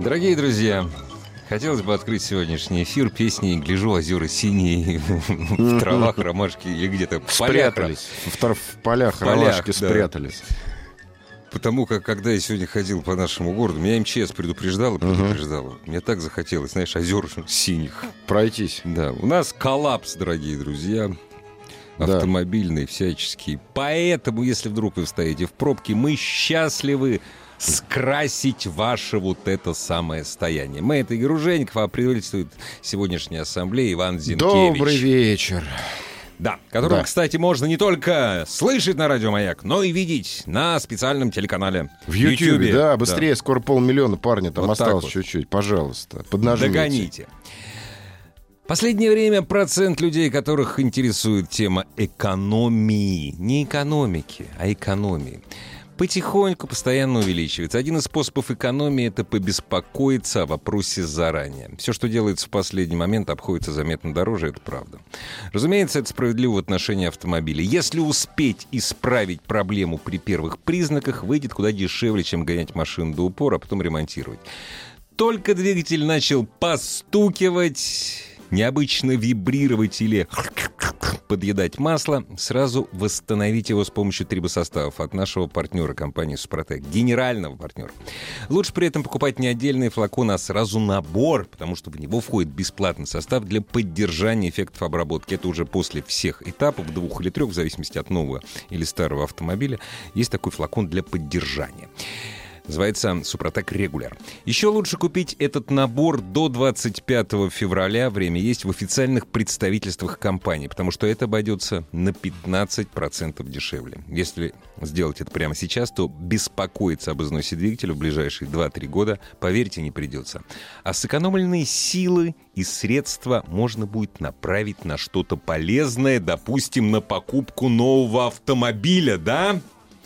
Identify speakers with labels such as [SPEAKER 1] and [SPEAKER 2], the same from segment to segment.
[SPEAKER 1] Дорогие друзья, хотелось бы открыть сегодняшний эфир песней «Гляжу озера синие, в травах ромашки или где-то
[SPEAKER 2] Спрятались. В, тор- в полях
[SPEAKER 1] В полях,
[SPEAKER 2] ромашки
[SPEAKER 1] да.
[SPEAKER 2] спрятались.
[SPEAKER 1] Потому как, когда я сегодня ходил по нашему городу, меня МЧС предупреждала, предупреждала. Мне так захотелось, знаешь, озер синих.
[SPEAKER 2] Пройтись.
[SPEAKER 1] Да, у нас коллапс, дорогие друзья.
[SPEAKER 2] Да.
[SPEAKER 1] Автомобильный, всяческий. Поэтому, если вдруг вы стоите в пробке, мы счастливы скрасить ваше вот это самое стояние. Мы это Игорь Ужеников, а предварительствует сегодняшняя ассамблея Иван Зинкевич.
[SPEAKER 2] Добрый вечер.
[SPEAKER 1] Да, которого,
[SPEAKER 2] Да.
[SPEAKER 1] кстати, можно не только слышать на радио Маяк, но и видеть на специальном телеканале
[SPEAKER 2] В Ютьюбе, да, быстрее, скоро полмиллиона, парни, там
[SPEAKER 1] Вот так
[SPEAKER 2] осталось
[SPEAKER 1] вот.
[SPEAKER 2] чуть-чуть, пожалуйста, поднажмите.
[SPEAKER 1] Догоните. Последнее время процент людей, которых интересует тема экономии, не экономики, а экономии, потихоньку постоянно увеличивается. Один из способов экономии – это побеспокоиться о вопросе заранее. Все, что делается в последний момент, обходится заметно дороже, это правда. Разумеется, это справедливо в отношении автомобиля. Если успеть исправить проблему при первых признаках, выйдет куда дешевле, чем гонять машину до упора, а потом ремонтировать только двигатель начал постукивать, необычно вибрировать или подъедать масло, сразу восстановить его с помощью трибосоставов от нашего партнера компании «Супротек», генерального партнера. Лучше при этом покупать не отдельные флаконы, а сразу набор, потому что в него входит бесплатный состав для поддержания эффектов обработки. Это уже после всех этапов, двух или трех, в зависимости от нового или старого автомобиля, есть такой флакон для поддержания. Называется «Супротек Регуляр». Еще лучше купить этот набор до 25 февраля. Время есть в официальных представительствах компании, потому что это обойдется на 15% дешевле. Если сделать это прямо сейчас, то беспокоиться об износе двигателя в ближайшие 2-3 года, поверьте, не придется. А сэкономленные силы и средства можно будет направить на что-то полезное, допустим, на покупку нового автомобиля, да?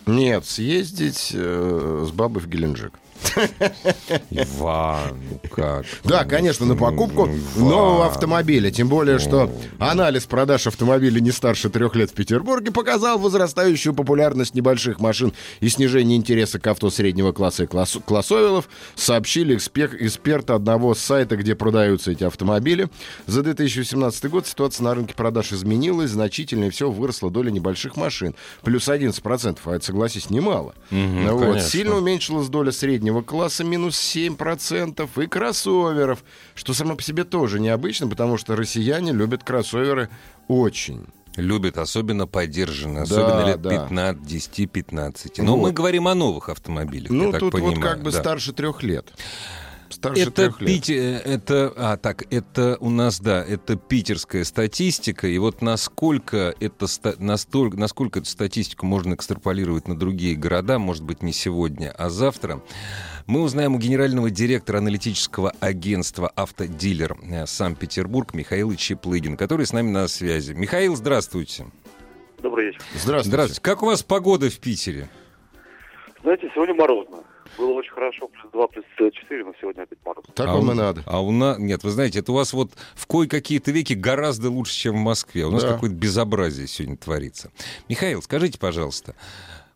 [SPEAKER 2] Нет, съездить э, с бабой в Геленджик.
[SPEAKER 1] Иван, ну как?
[SPEAKER 2] Да, конечно, на покупку
[SPEAKER 1] Ну, Иван.
[SPEAKER 2] нового автомобиля. Тем более, что анализ продаж автомобилей не старше трех лет в Петербурге показал возрастающую популярность небольших машин и снижение интереса к авто среднего класса и класс- классовелов, сообщили экспер- эксперты одного сайта, где продаются эти автомобили. За 2018 год ситуация на рынке продаж изменилась значительно, и все выросла доля небольших машин. Плюс 11%, а это, согласись, немало.
[SPEAKER 1] Мгм,
[SPEAKER 2] Ну вот,
[SPEAKER 1] конечно.
[SPEAKER 2] Сильно уменьшилась доля среднего класса, минус 7%, и кроссоверов, что само по себе тоже необычно, потому что россияне любят кроссоверы очень.
[SPEAKER 1] Любят, особенно поддержанные,
[SPEAKER 2] Да,
[SPEAKER 1] особенно лет
[SPEAKER 2] да.
[SPEAKER 1] 15, 10-15. Но
[SPEAKER 2] Вот.
[SPEAKER 1] мы говорим о новых автомобилях, я
[SPEAKER 2] ну,
[SPEAKER 1] так
[SPEAKER 2] тут
[SPEAKER 1] понимаю.
[SPEAKER 2] вот как бы
[SPEAKER 1] да.
[SPEAKER 2] старше трех лет. Старше
[SPEAKER 1] Это
[SPEAKER 2] трех лет.
[SPEAKER 1] Пит- э, это, а, так, это у нас, да, это питерская статистика, и вот насколько это ста- настолько, насколько эту статистику можно экстраполировать на другие города, может быть, не сегодня, а завтра, мы узнаем у генерального директора аналитического агентства «Автодилер» э, Санкт-Петербург Михаила Чеплыгин, который с нами на связи. Михаил, здравствуйте.
[SPEAKER 3] Добрый вечер.
[SPEAKER 2] Здравствуйте.
[SPEAKER 1] Здравствуйте. Как у вас погода в Питере?
[SPEAKER 3] Знаете, сегодня морозно. Было очень хорошо, плюс 2, плюс 4, но сегодня опять морозно.
[SPEAKER 2] Так
[SPEAKER 1] А
[SPEAKER 2] вам
[SPEAKER 1] у-
[SPEAKER 2] и надо.
[SPEAKER 1] А у нас... Нет, вы знаете, это у вас вот в кое-какие-то веки гораздо лучше, чем в Москве. У нас
[SPEAKER 2] Да.
[SPEAKER 1] какое-то безобразие сегодня творится. Михаил, скажите, пожалуйста,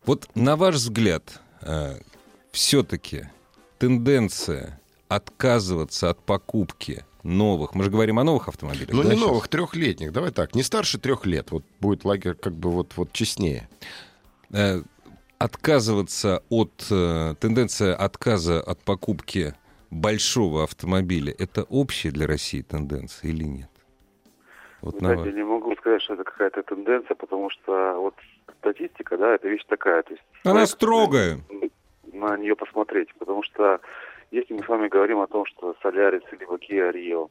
[SPEAKER 1] вот на ваш взгляд, все-таки тенденция отказываться от покупки новых, мы же говорим о новых автомобилях,
[SPEAKER 2] Ну,
[SPEAKER 1] да,
[SPEAKER 2] не
[SPEAKER 1] щас?
[SPEAKER 2] новых, трехлетних. Давай так, не старше трех лет. Вот будет лагерь как бы вот, вот честнее.
[SPEAKER 1] Э, отказываться от... э, тенденция отказа от покупки большого автомобиля, это общая для России тенденция или нет? Вот на
[SPEAKER 3] Знаете,
[SPEAKER 1] ваш-
[SPEAKER 3] я не могу сказать, что это какая-то тенденция, потому что вот статистика, да, это вещь такая. То есть
[SPEAKER 1] Она
[SPEAKER 3] человек-
[SPEAKER 1] строгая.
[SPEAKER 3] На нее посмотреть, потому что если мы с вами говорим о том, что Солярис либо Kia Rio,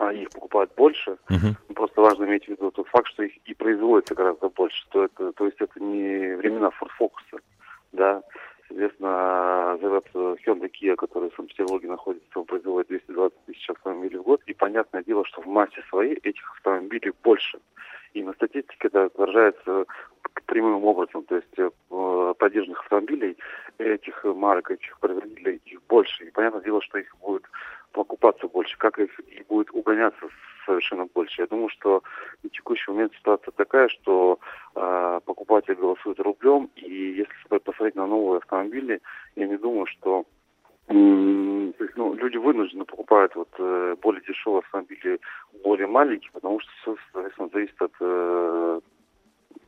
[SPEAKER 3] а, их покупают больше, ну, просто важно иметь в виду тот факт, что их и производится гораздо больше. То, это, то есть это не времена форфокуса, да. Соответственно, завод э, Hyundai Kia, который в Санкт-Петербурге находится, э, поддержанных автомобилей этих э, марок, этих производителей, их больше. И понятное дело, что их будет покупаться больше, как их и будет угоняться совершенно больше. Я думаю, что на текущий момент ситуация такая, что э, покупатель голосует рублем, и если посмотреть на новые автомобили, я не думаю, что то есть, ну, люди вынуждены покупают вот, э, более дешевые автомобили, более маленькие, потому что все, соответственно, зависит от э,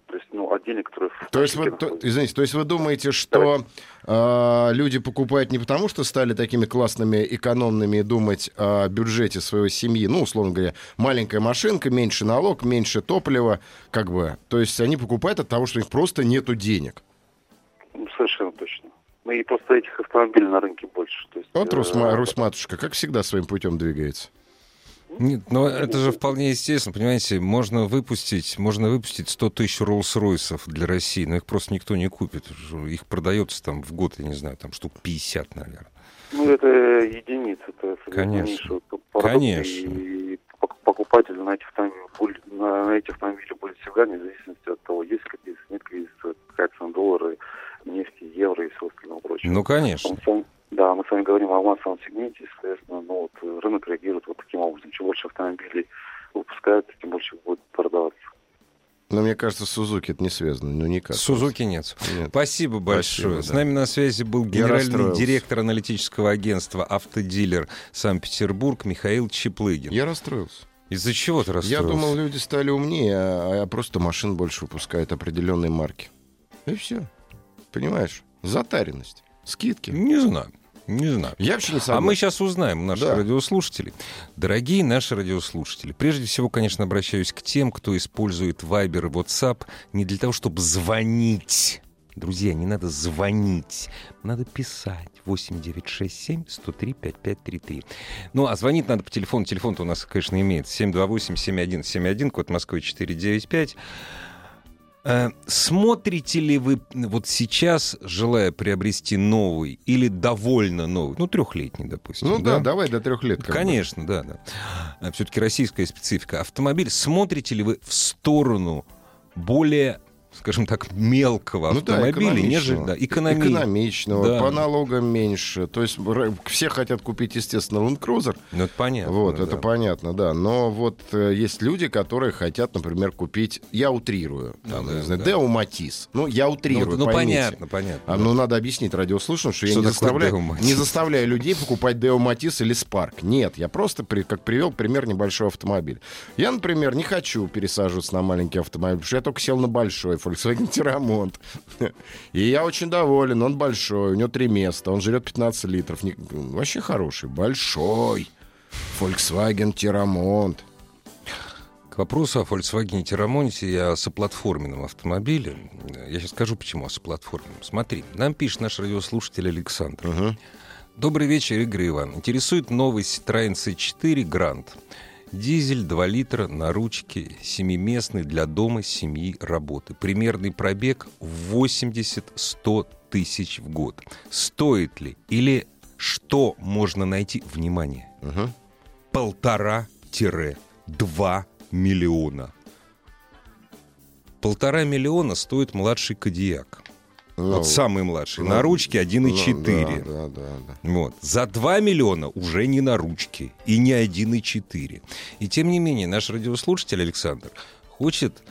[SPEAKER 3] то есть, ну, от денег, которые...
[SPEAKER 2] То есть, вы, то, извините, то есть вы думаете, что э, люди покупают не потому, что стали такими классными, экономными и думать о бюджете своей семьи, ну, условно говоря, маленькая машинка, меньше налог, меньше топлива, как бы. То есть они покупают от того, что у них просто нету денег.
[SPEAKER 3] Ну, совершенно точно. Ну и просто этих автомобилей на рынке больше. То есть, э,
[SPEAKER 2] Вот Русма, Русматушка, как всегда, своим путем двигается.
[SPEAKER 1] Нет, но это же вполне естественно, понимаете, можно выпустить, можно выпустить 100 тысяч Роллс-Ройсов для России, но их просто никто не купит, их продается там в год, я не знаю, там штук 50, наверное.
[SPEAKER 3] Ну, это единица, это
[SPEAKER 1] Конечно.
[SPEAKER 3] единица, это
[SPEAKER 1] Конечно.
[SPEAKER 3] И пок- покупатель на этих автомобилях будет, на, на эти автомобили будет всегда, вне зависимости от того, есть кризис, нет кризиса, какая цена доллара, нефти, евро и всего остального прочего.
[SPEAKER 1] Ну, конечно.
[SPEAKER 3] Мы с вами- да, мы с вами говорим о массовом сегменте, и, соответственно, ну, вот, рынок реагирует вот таким образом. Чем больше автомобилей выпускают, тем больше будет продаваться.
[SPEAKER 2] Но мне кажется, Сузуки это не связано, ну никак.
[SPEAKER 1] С Сузуки нет.
[SPEAKER 2] Нет.
[SPEAKER 1] Спасибо большое.
[SPEAKER 2] Спасибо,
[SPEAKER 1] С
[SPEAKER 2] да.
[SPEAKER 1] нами на связи был генеральный
[SPEAKER 2] расстроился.
[SPEAKER 1] директор аналитического агентства «Автодилер Санкт-Петербург» Михаил Чеплыгин.
[SPEAKER 2] Я расстроился.
[SPEAKER 1] Из-за чего ты
[SPEAKER 2] Я
[SPEAKER 1] расстроился?
[SPEAKER 2] думал, люди стали умнее, а, а просто машин больше выпускают определенной марки. И все. Понимаешь? Затаренность. Скидки.
[SPEAKER 1] Не знаю, не знаю.
[SPEAKER 2] Я вообще не
[SPEAKER 1] А
[SPEAKER 2] согласен.
[SPEAKER 1] мы сейчас узнаем у наших
[SPEAKER 2] Да.
[SPEAKER 1] радиослушателей. Дорогие наши радиослушатели, прежде всего, конечно, обращаюсь к тем, кто использует Viber и WhatsApp не для того, чтобы звонить. Друзья, не надо звонить, надо писать 8967 103 5533. Ну, а звонить надо по телефону. Телефон-то у нас, конечно, имеется. 728-7171, код Москвы 495. Э, Смотрите ли вы вот сейчас, желая приобрести новый или довольно новый, ну, трехлетний, допустим.
[SPEAKER 2] Ну да, давай до трех лет. как бы.
[SPEAKER 1] Конечно, да, да. Все-таки российская специфика. Автомобиль, смотрите ли вы в сторону более, скажем так, мелкого
[SPEAKER 2] Ну да,
[SPEAKER 1] автомобиля, нежели
[SPEAKER 2] экономичного.
[SPEAKER 1] да, экономи-
[SPEAKER 2] Экономичного,
[SPEAKER 1] Да. Ну,
[SPEAKER 2] по налогам меньше. То есть р- все хотят купить, естественно, Land Cruiser.
[SPEAKER 1] Ну, это понятно.
[SPEAKER 2] вот,
[SPEAKER 1] да.
[SPEAKER 2] это понятно, да. Но вот э, есть люди, которые хотят, например, купить, я утрирую, там,
[SPEAKER 1] Ну да,
[SPEAKER 2] не знаю,
[SPEAKER 1] да.
[SPEAKER 2] Део Матис. Ну, я утрирую,
[SPEAKER 1] Ну, ну,
[SPEAKER 2] поймите.
[SPEAKER 1] понятно, понятно.
[SPEAKER 2] А, ну, надо объяснить радиослушателям, что, я
[SPEAKER 1] Что
[SPEAKER 2] не
[SPEAKER 1] такое
[SPEAKER 2] заставляю,
[SPEAKER 1] Део Матис?
[SPEAKER 2] не заставляю людей покупать Део Матис или Спарк. Нет, я просто, при- как привел пример небольшого автомобиля. Я, например, не хочу пересаживаться на маленький автомобиль, потому что я только сел на большой Volkswagen Tiramont. И я очень доволен, он большой, у него три места, он жрет 15 литров. Не- Вообще хороший, большой. Volkswagen Tiramont.
[SPEAKER 1] К вопросу о Volkswagen Тирамонте и о соплатформенном автомобиле. Я сейчас скажу, почему о соплатформенном. Смотри, нам пишет наш радиослушатель Александр. Добрый вечер, Игорь Иван. Интересует новый Citroёn C4 Grand. Дизель 2 литра на ручке, семиместный для дома, семьи, работы. Примерный пробег 80-100 тысяч в год. Стоит ли или что можно найти? Внимание!
[SPEAKER 2] Мгм.
[SPEAKER 1] полтора-два миллиона. Полтора миллиона стоит младший Кадиак.
[SPEAKER 2] Ну,
[SPEAKER 1] вот самый младший.
[SPEAKER 2] ну,
[SPEAKER 1] на ручке 1,4.
[SPEAKER 2] Да, да, да, да.
[SPEAKER 1] Вот. За 2 миллиона уже не на ручке и не 1,4. И тем не менее, наш радиослушатель Александр хочет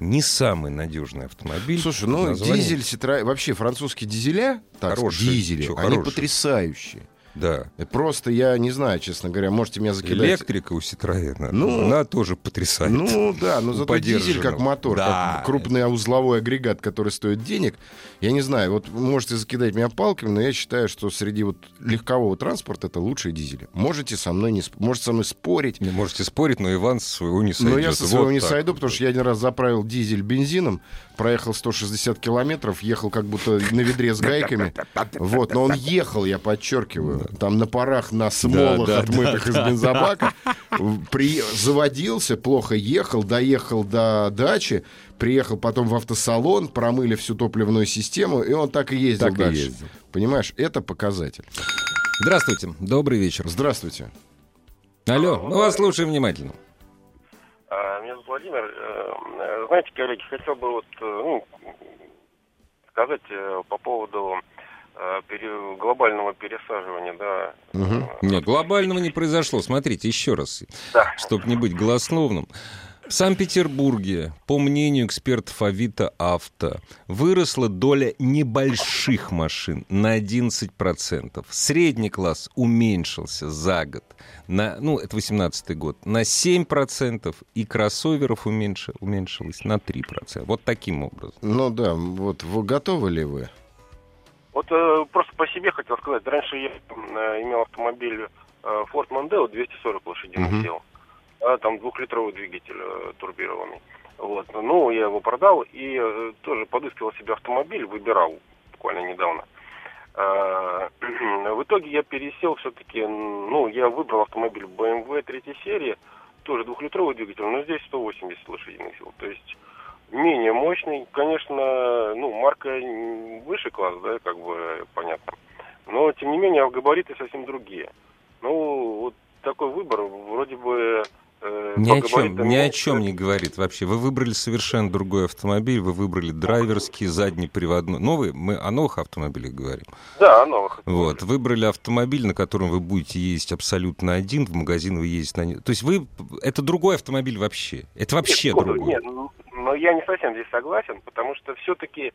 [SPEAKER 1] не самый надежный автомобиль.
[SPEAKER 2] Слушай,
[SPEAKER 1] под
[SPEAKER 2] ну
[SPEAKER 1] названием-
[SPEAKER 2] дизель, Citroёn- вообще французские дизеля, так,
[SPEAKER 1] Хорошие,
[SPEAKER 2] дизели,
[SPEAKER 1] чё,
[SPEAKER 2] они
[SPEAKER 1] хорошие.
[SPEAKER 2] потрясающие.
[SPEAKER 1] Да.
[SPEAKER 2] Просто я не знаю, честно говоря, можете меня закидать.
[SPEAKER 1] Электрика у Ситроена.
[SPEAKER 2] Ну,
[SPEAKER 1] она тоже потрясает.
[SPEAKER 2] Ну да, но
[SPEAKER 1] У
[SPEAKER 2] зато дизель
[SPEAKER 1] подержанного.
[SPEAKER 2] как мотор,
[SPEAKER 1] Да.
[SPEAKER 2] как крупный узловой агрегат, который стоит денег. Я не знаю, вот вы можете закидать меня палками, но я считаю, что среди вот легкового транспорта это лучшие дизели. Можете со мной не, сп- можете со мной спорить,
[SPEAKER 1] Не можете спорить, но Иван со своего не сойдет.
[SPEAKER 2] Но Ну, я со своего
[SPEAKER 1] Вот
[SPEAKER 2] не
[SPEAKER 1] так
[SPEAKER 2] сойду,
[SPEAKER 1] вот.
[SPEAKER 2] потому что я один раз заправил дизель бензином, проехал 160 километров, ехал как будто на ведре с гайками. Вот, но он ехал, я подчеркиваю, там на парах, на смолах, отмытых из бензобака. При- Заводился, плохо ехал, доехал до дачи, приехал потом в автосалон, промыли всю топливную систему, и он так и ездил
[SPEAKER 1] Так и
[SPEAKER 2] дальше.
[SPEAKER 1] ездил.
[SPEAKER 2] Понимаешь, это показатель.
[SPEAKER 1] Здравствуйте, добрый вечер.
[SPEAKER 2] Здравствуйте.
[SPEAKER 1] Алло, мы вас слушаем внимательно.
[SPEAKER 4] А, Меня зовут Владимир. Э, Знаете, коллеги, хотел бы вот, э, ну, э, сказать э, по поводу э, пере- глобального пересаживания, да.
[SPEAKER 2] Мгм.
[SPEAKER 1] Нет, глобального не произошло. Смотрите, еще раз,
[SPEAKER 4] Да.
[SPEAKER 1] чтобы не быть голословным. В Санкт-Петербурге, по мнению экспертов Авито Авто, выросла доля небольших машин на 11%. Средний класс уменьшился за год, на, ну, это 18 год, на 7%, и кроссоверов уменьш- уменьшилось на 3%. Вот таким образом.
[SPEAKER 2] Ну да, вот вы готовы ли вы?
[SPEAKER 4] Вот э, просто по себе хотел сказать. Раньше я э, имел автомобиль э, Ford Mondeo 240 лошадиных
[SPEAKER 2] Мгм.
[SPEAKER 4] сил. Да, там двухлитровый двигатель э, турбированный. Вот. Ну, я его продал и э, тоже подыскивал себе автомобиль, выбирал буквально недавно. Э, В итоге я пересел все-таки, ну, я выбрал автомобиль BMW 3 серии, тоже двухлитровый двигатель, но здесь 180 лошадиных сил. То есть менее мощный, конечно, ну, марка м, выше класс, да, как бы понятно. Но, тем не менее, габариты совсем другие. Ну, вот такой выбор вроде бы... э,
[SPEAKER 1] Ни
[SPEAKER 4] по
[SPEAKER 1] о чем,
[SPEAKER 4] габаритам
[SPEAKER 1] ни о
[SPEAKER 4] меньше.
[SPEAKER 1] чем не говорит вообще. Вы выбрали совершенно другой автомобиль, вы выбрали драйверский, заднеприводной. Новый, мы о новых автомобилях говорим.
[SPEAKER 4] Да, о новых.
[SPEAKER 1] Вот, выбрали автомобиль, на котором вы будете ездить абсолютно один, в магазин вы ездите на нем. То есть вы... Это другой автомобиль вообще. Это вообще
[SPEAKER 4] Нет, ну,
[SPEAKER 1] другой.
[SPEAKER 4] Нет, ну, но я не совсем здесь согласен, потому что все-таки,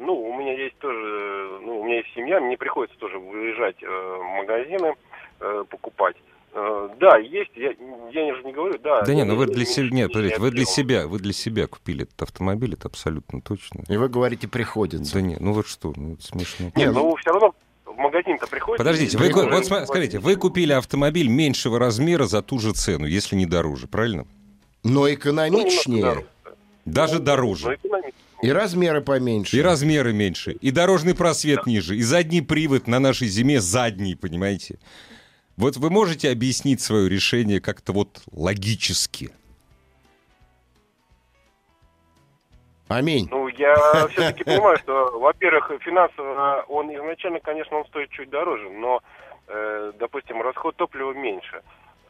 [SPEAKER 4] ну, у меня есть тоже, ну, у меня есть семья, мне приходится тоже выезжать э, в магазины, э, покупать. Э, да, есть, я, я же не говорю, да.
[SPEAKER 1] Да не, ну вы
[SPEAKER 4] я
[SPEAKER 1] для
[SPEAKER 4] не-
[SPEAKER 1] себя... Нет,
[SPEAKER 4] не
[SPEAKER 1] подождите, вы для
[SPEAKER 4] отделал.
[SPEAKER 1] себя, вы для себя купили этот автомобиль, это абсолютно точно.
[SPEAKER 2] И вы говорите, приходится.
[SPEAKER 1] Да нет, ну вот что, ну это смешно.
[SPEAKER 4] Не,
[SPEAKER 2] Нет,
[SPEAKER 4] ну все равно в магазин-то приходится.
[SPEAKER 1] Подождите, вы,
[SPEAKER 4] и
[SPEAKER 1] ку-
[SPEAKER 4] уже
[SPEAKER 1] вот сма- смотрите, вы купили автомобиль меньшего размера за ту же цену, если не дороже,
[SPEAKER 2] Но
[SPEAKER 1] правильно?
[SPEAKER 4] Ну, немножко
[SPEAKER 2] экономичнее.
[SPEAKER 4] дороже.
[SPEAKER 1] Даже
[SPEAKER 4] Ну,
[SPEAKER 1] дороже.
[SPEAKER 4] экономичнее.
[SPEAKER 2] И размеры поменьше.
[SPEAKER 1] И размеры меньше, и дорожный просвет ниже, и задний привод на нашей зиме задний, понимаете? Вот вы можете объяснить свое решение как-то вот логически?
[SPEAKER 2] Аминь.
[SPEAKER 4] Ну, я все-таки понимаю, что, во-первых, финансово он изначально, конечно, он стоит чуть дороже, но, э, допустим, расход топлива меньше.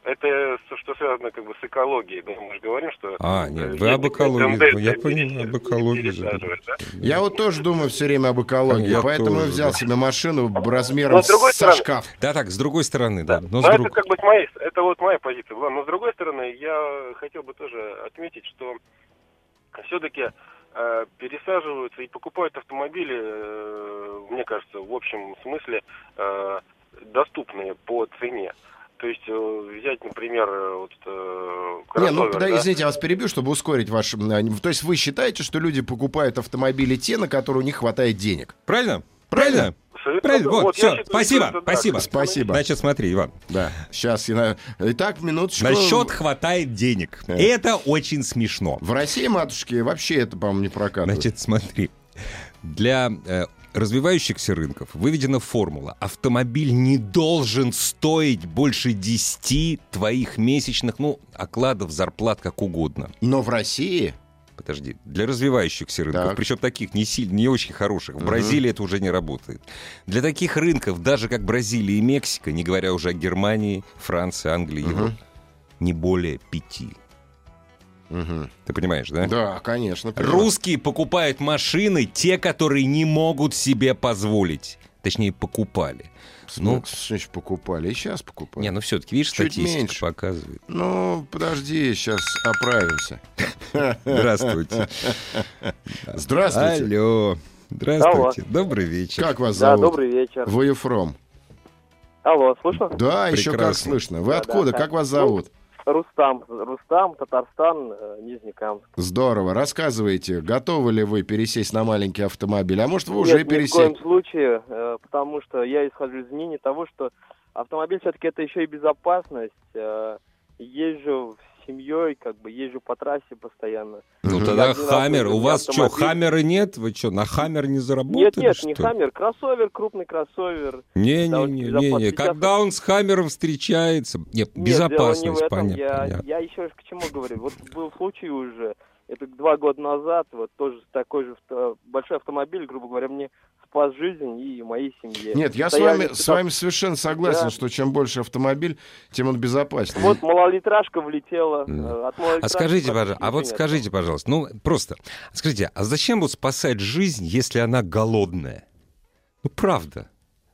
[SPEAKER 4] Это со- что связано как бы с экологией, да, мы же говорим, что...
[SPEAKER 1] А, нет,
[SPEAKER 4] э,
[SPEAKER 1] вы об
[SPEAKER 4] есть такая
[SPEAKER 1] экологии,
[SPEAKER 4] тенденция
[SPEAKER 1] я понимаю,
[SPEAKER 4] перес-
[SPEAKER 1] об экологии же.
[SPEAKER 4] пересаживать, да.
[SPEAKER 2] Я вот тоже думаю все время об экологии,
[SPEAKER 1] Я
[SPEAKER 2] поэтому
[SPEAKER 1] тоже,
[SPEAKER 2] и взял
[SPEAKER 1] да.
[SPEAKER 2] себе машину размером
[SPEAKER 4] Но с другой
[SPEAKER 2] со
[SPEAKER 4] стороны-
[SPEAKER 2] шкаф.
[SPEAKER 1] Да, так, с другой стороны, да. Но с
[SPEAKER 4] Но
[SPEAKER 1] друг-
[SPEAKER 4] Ну, это как бы моя, это вот моя позиция была. Но с другой стороны, я хотел бы тоже отметить, что все-таки пересаживаются и покупают автомобили, э, мне кажется, в общем смысле э, доступные по цене. То есть э, взять, например, э, вот э,
[SPEAKER 2] Не, ну,
[SPEAKER 4] кроссовер,
[SPEAKER 2] да,
[SPEAKER 4] да?
[SPEAKER 2] извините, я вас перебью, чтобы ускорить ваш... м, э, То есть вы считаете, что люди покупают автомобили те, на которые у них хватает денег?
[SPEAKER 1] Правильно? Правильно?
[SPEAKER 4] Совершенно-
[SPEAKER 1] Правильно, вот,
[SPEAKER 4] я
[SPEAKER 1] всё,
[SPEAKER 4] считаю,
[SPEAKER 1] спасибо,
[SPEAKER 4] что это
[SPEAKER 1] спасибо.
[SPEAKER 2] Спасибо.
[SPEAKER 1] Значит, смотри, Иван,
[SPEAKER 2] Да. Сейчас я... на- Итак, минуточку.
[SPEAKER 1] на счет хватает денег.
[SPEAKER 2] Да.
[SPEAKER 1] Это очень смешно.
[SPEAKER 2] В России, матушки, вообще это, по-моему, не прокатывает.
[SPEAKER 1] Значит, смотри, для э, развивающихся рынков выведена формула. Автомобиль не должен стоить больше 10 твоих месячных, ну, окладов, зарплат, как угодно.
[SPEAKER 2] Но в России...
[SPEAKER 1] Подожди, для развивающихся рынков,
[SPEAKER 2] Так.
[SPEAKER 1] причем таких не сильно, не очень хороших. В
[SPEAKER 2] Мгм.
[SPEAKER 1] Бразилии это уже не работает. Для таких рынков, даже как Бразилия и Мексика, не говоря уже о Германии, Франции, Англии,
[SPEAKER 2] Мгм.
[SPEAKER 1] Европе, не более пяти.
[SPEAKER 2] Мгм.
[SPEAKER 1] Ты понимаешь, да?
[SPEAKER 2] Да, конечно. понимаю.
[SPEAKER 1] Русские покупают машины, те, которые не могут себе позволить. Точнее, покупали.
[SPEAKER 2] Ну, значит, покупали. И сейчас покупают.
[SPEAKER 1] Не, ну все-таки, видишь,
[SPEAKER 2] Чуть
[SPEAKER 1] статистика
[SPEAKER 2] меньше.
[SPEAKER 1] показывает.
[SPEAKER 2] Ну, подожди, сейчас оправимся.
[SPEAKER 1] Здравствуйте.
[SPEAKER 2] Здравствуйте.
[SPEAKER 1] Алло. Здравствуйте. Добрый вечер.
[SPEAKER 2] Как вас
[SPEAKER 5] Да,
[SPEAKER 2] зовут?
[SPEAKER 5] добрый вечер.
[SPEAKER 2] Вы from?
[SPEAKER 5] Алло, слышно?
[SPEAKER 2] Да, еще как
[SPEAKER 1] Прекрасно.
[SPEAKER 2] слышно. Вы
[SPEAKER 5] Да,
[SPEAKER 2] откуда?
[SPEAKER 5] да,
[SPEAKER 2] Как
[SPEAKER 5] да.
[SPEAKER 2] вас зовут?
[SPEAKER 5] Рустам, Рустам, Татарстан, э, Нижнекамск.
[SPEAKER 2] Здорово. Рассказывайте, готовы ли вы пересесть на маленький автомобиль? А может, вы уже
[SPEAKER 5] Нет, ни в
[SPEAKER 2] пересели?
[SPEAKER 5] коем случае, э, потому что я исхожу из мнения того, что автомобиль все-таки это еще и безопасность. Э, Езжу с семьей, как бы езжу по трассе постоянно.
[SPEAKER 1] Ну
[SPEAKER 2] Мгм.
[SPEAKER 1] тогда
[SPEAKER 5] Один
[SPEAKER 1] Хаммер. У
[SPEAKER 5] автомобиль.
[SPEAKER 1] вас что, Хаммера нет? Вы что, на Хаммер не заработали?
[SPEAKER 5] Нет, нет, не
[SPEAKER 1] что ли?
[SPEAKER 5] хаммер, кроссовер, крупный кроссовер.
[SPEAKER 1] Не,
[SPEAKER 5] Да,
[SPEAKER 1] не,
[SPEAKER 5] очень
[SPEAKER 1] не, не,
[SPEAKER 5] безопасно.
[SPEAKER 1] не.
[SPEAKER 5] Сейчас-
[SPEAKER 1] Когда он с Хаммером встречается? Нет,
[SPEAKER 5] Нет, дело не в
[SPEAKER 1] безопасность,
[SPEAKER 5] этом.
[SPEAKER 1] понятно.
[SPEAKER 5] Я,
[SPEAKER 1] понятно.
[SPEAKER 5] я еще раз к чему говорю. Вот был случай уже, это два года назад, вот тоже такой же авто- большой автомобиль, грубо говоря, мне спас спас жизнь и моей семье.
[SPEAKER 2] Нет, я с
[SPEAKER 5] Стояли
[SPEAKER 2] вами, с
[SPEAKER 5] пятнадцать-
[SPEAKER 2] вами совершенно согласен,
[SPEAKER 5] Да.
[SPEAKER 2] что чем больше автомобиль, тем он безопаснее.
[SPEAKER 5] Вот малолитражка влетела.
[SPEAKER 1] Да.
[SPEAKER 5] э, от
[SPEAKER 1] А
[SPEAKER 5] малолитражки
[SPEAKER 1] скажите,
[SPEAKER 5] практически
[SPEAKER 1] пожалуйста, а вот
[SPEAKER 5] нет.
[SPEAKER 1] скажите, пожалуйста, ну просто, скажите, а зачем вот спасать жизнь, если она голодная? Ну правда.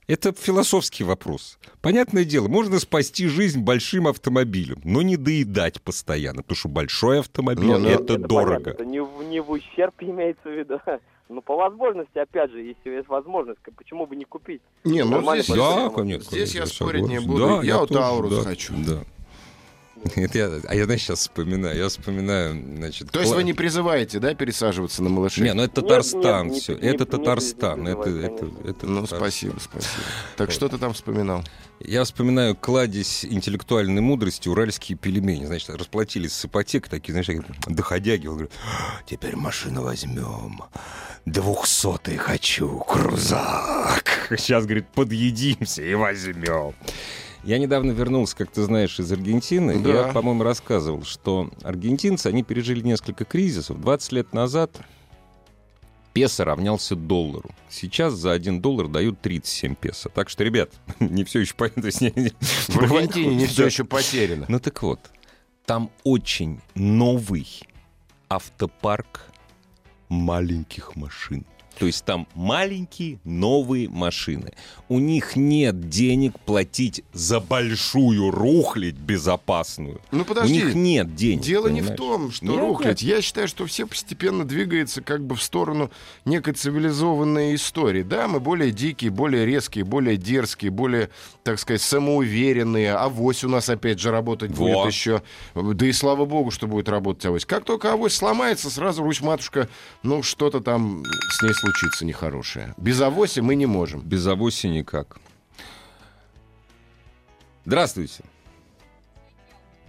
[SPEAKER 1] Это философский вопрос. Понятное дело, можно спасти жизнь большим автомобилем, но не доедать постоянно, потому что большой автомобиль
[SPEAKER 2] Ну, да.
[SPEAKER 1] это,
[SPEAKER 5] понятно,
[SPEAKER 1] дорого.
[SPEAKER 5] это не, в- не в ущерб имеется в виду. Но по возможности, опять же, если есть возможность, к- почему бы не купить?
[SPEAKER 2] Не, ну
[SPEAKER 5] Нормально
[SPEAKER 2] здесь...
[SPEAKER 5] пойдет.
[SPEAKER 1] Да,
[SPEAKER 5] Здесь
[SPEAKER 1] конечно.
[SPEAKER 2] я спорить
[SPEAKER 1] согласен.
[SPEAKER 2] не буду. Я вот
[SPEAKER 1] тоже,
[SPEAKER 2] Аурус хочу.
[SPEAKER 1] Да. Это я, а я, знаешь, сейчас вспоминаю. Я вспоминаю, значит...
[SPEAKER 2] То есть
[SPEAKER 1] кла-
[SPEAKER 2] вы не призываете, да, пересаживаться на малышей?
[SPEAKER 1] Не, ну это
[SPEAKER 5] Нет,
[SPEAKER 1] Татарстан,
[SPEAKER 5] нет, не-
[SPEAKER 1] все.
[SPEAKER 5] не-
[SPEAKER 1] это
[SPEAKER 5] не
[SPEAKER 1] Татарстан. Это,
[SPEAKER 5] переживай,
[SPEAKER 1] это,
[SPEAKER 5] конечно.
[SPEAKER 1] это
[SPEAKER 2] Ну,
[SPEAKER 1] Татарстан.
[SPEAKER 2] спасибо, спасибо. Так что ты там вспоминал?
[SPEAKER 1] Я вспоминаю кладезь интеллектуальной мудрости уральские пельмени. Значит, расплатились с ипотекой, такие, знаешь, такие доходяги. Он говорит, «А, теперь машину возьмем. Двухсотый хочу, крузак. Сейчас, говорит, подъедимся и возьмем. Я недавно вернулся, как ты знаешь, из Аргентины.
[SPEAKER 2] Да.
[SPEAKER 1] Я, по-моему, рассказывал, что аргентинцы, они пережили несколько кризисов. 20 лет назад песо равнялся доллару. Сейчас за 1 доллар дают 37 песо. Так что, ребят, не все еще понятно. то есть не- Типа, не-
[SPEAKER 2] В Аргентине не
[SPEAKER 1] Да.
[SPEAKER 2] все еще потеряно.
[SPEAKER 1] Ну так вот, там очень новый автопарк маленьких машин. То есть там маленькие новые машины. У них нет денег платить за большую рухлядь безопасную.
[SPEAKER 2] Ну подожди,
[SPEAKER 1] У них нет денег.
[SPEAKER 2] дело не в
[SPEAKER 1] понимаешь?
[SPEAKER 2] том, что
[SPEAKER 1] Нет,
[SPEAKER 2] рухлядь. Я считаю, что все постепенно двигается как бы в сторону некой цивилизованной истории. Да, мы более дикие, более резкие, более дерзкие, более, так сказать, самоуверенные. Авось у нас опять же работать будет
[SPEAKER 1] Во.
[SPEAKER 2] еще. Да и слава богу, что будет работать авось. Как только авось сломается, сразу Русь-матушка, ну что-то там с ней случится нехорошее. Без авоси мы не можем.
[SPEAKER 1] Без авоси никак. Здравствуйте.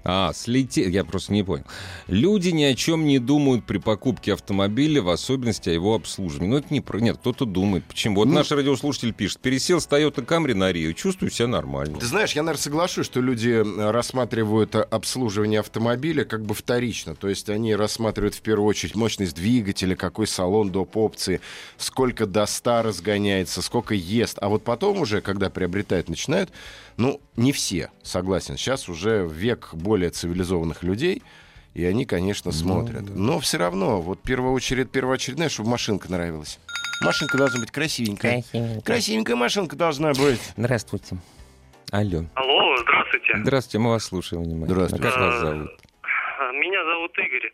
[SPEAKER 1] А, слетел. Я просто не понял. Люди ни о чем не думают при покупке автомобиля, в особенности о его обслуживании. Ну, это не про... Нет, кто-то думает. Почему? Вот
[SPEAKER 2] Ну-
[SPEAKER 1] наш радиослушатель пишет. Пересел с Toyota Camry на Рио. Чувствую себя нормально.
[SPEAKER 2] Ты знаешь, я, наверное, соглашусь, что люди э, рассматривают э, обслуживание автомобиля как бы вторично. То есть они рассматривают в первую очередь мощность двигателя, какой салон доп. опции, сколько до 100 разгоняется, сколько ест. А вот потом уже, когда приобретают, начинают, ну, не все, согласен. Сейчас уже век более цивилизованных людей, и они, конечно, смотрят. Но все равно, вот первая очередь, первоочередная, чтобы машинка нравилась. Машинка должна быть красивенькая. Красивенькая машинка должна быть.
[SPEAKER 1] Здравствуйте. Алло.
[SPEAKER 6] Алло, здравствуйте.
[SPEAKER 1] Здравствуйте, мы вас слушаем внимательно.
[SPEAKER 2] Здравствуйте.
[SPEAKER 1] А как вас зовут?
[SPEAKER 6] Э, Меня зовут Игорь.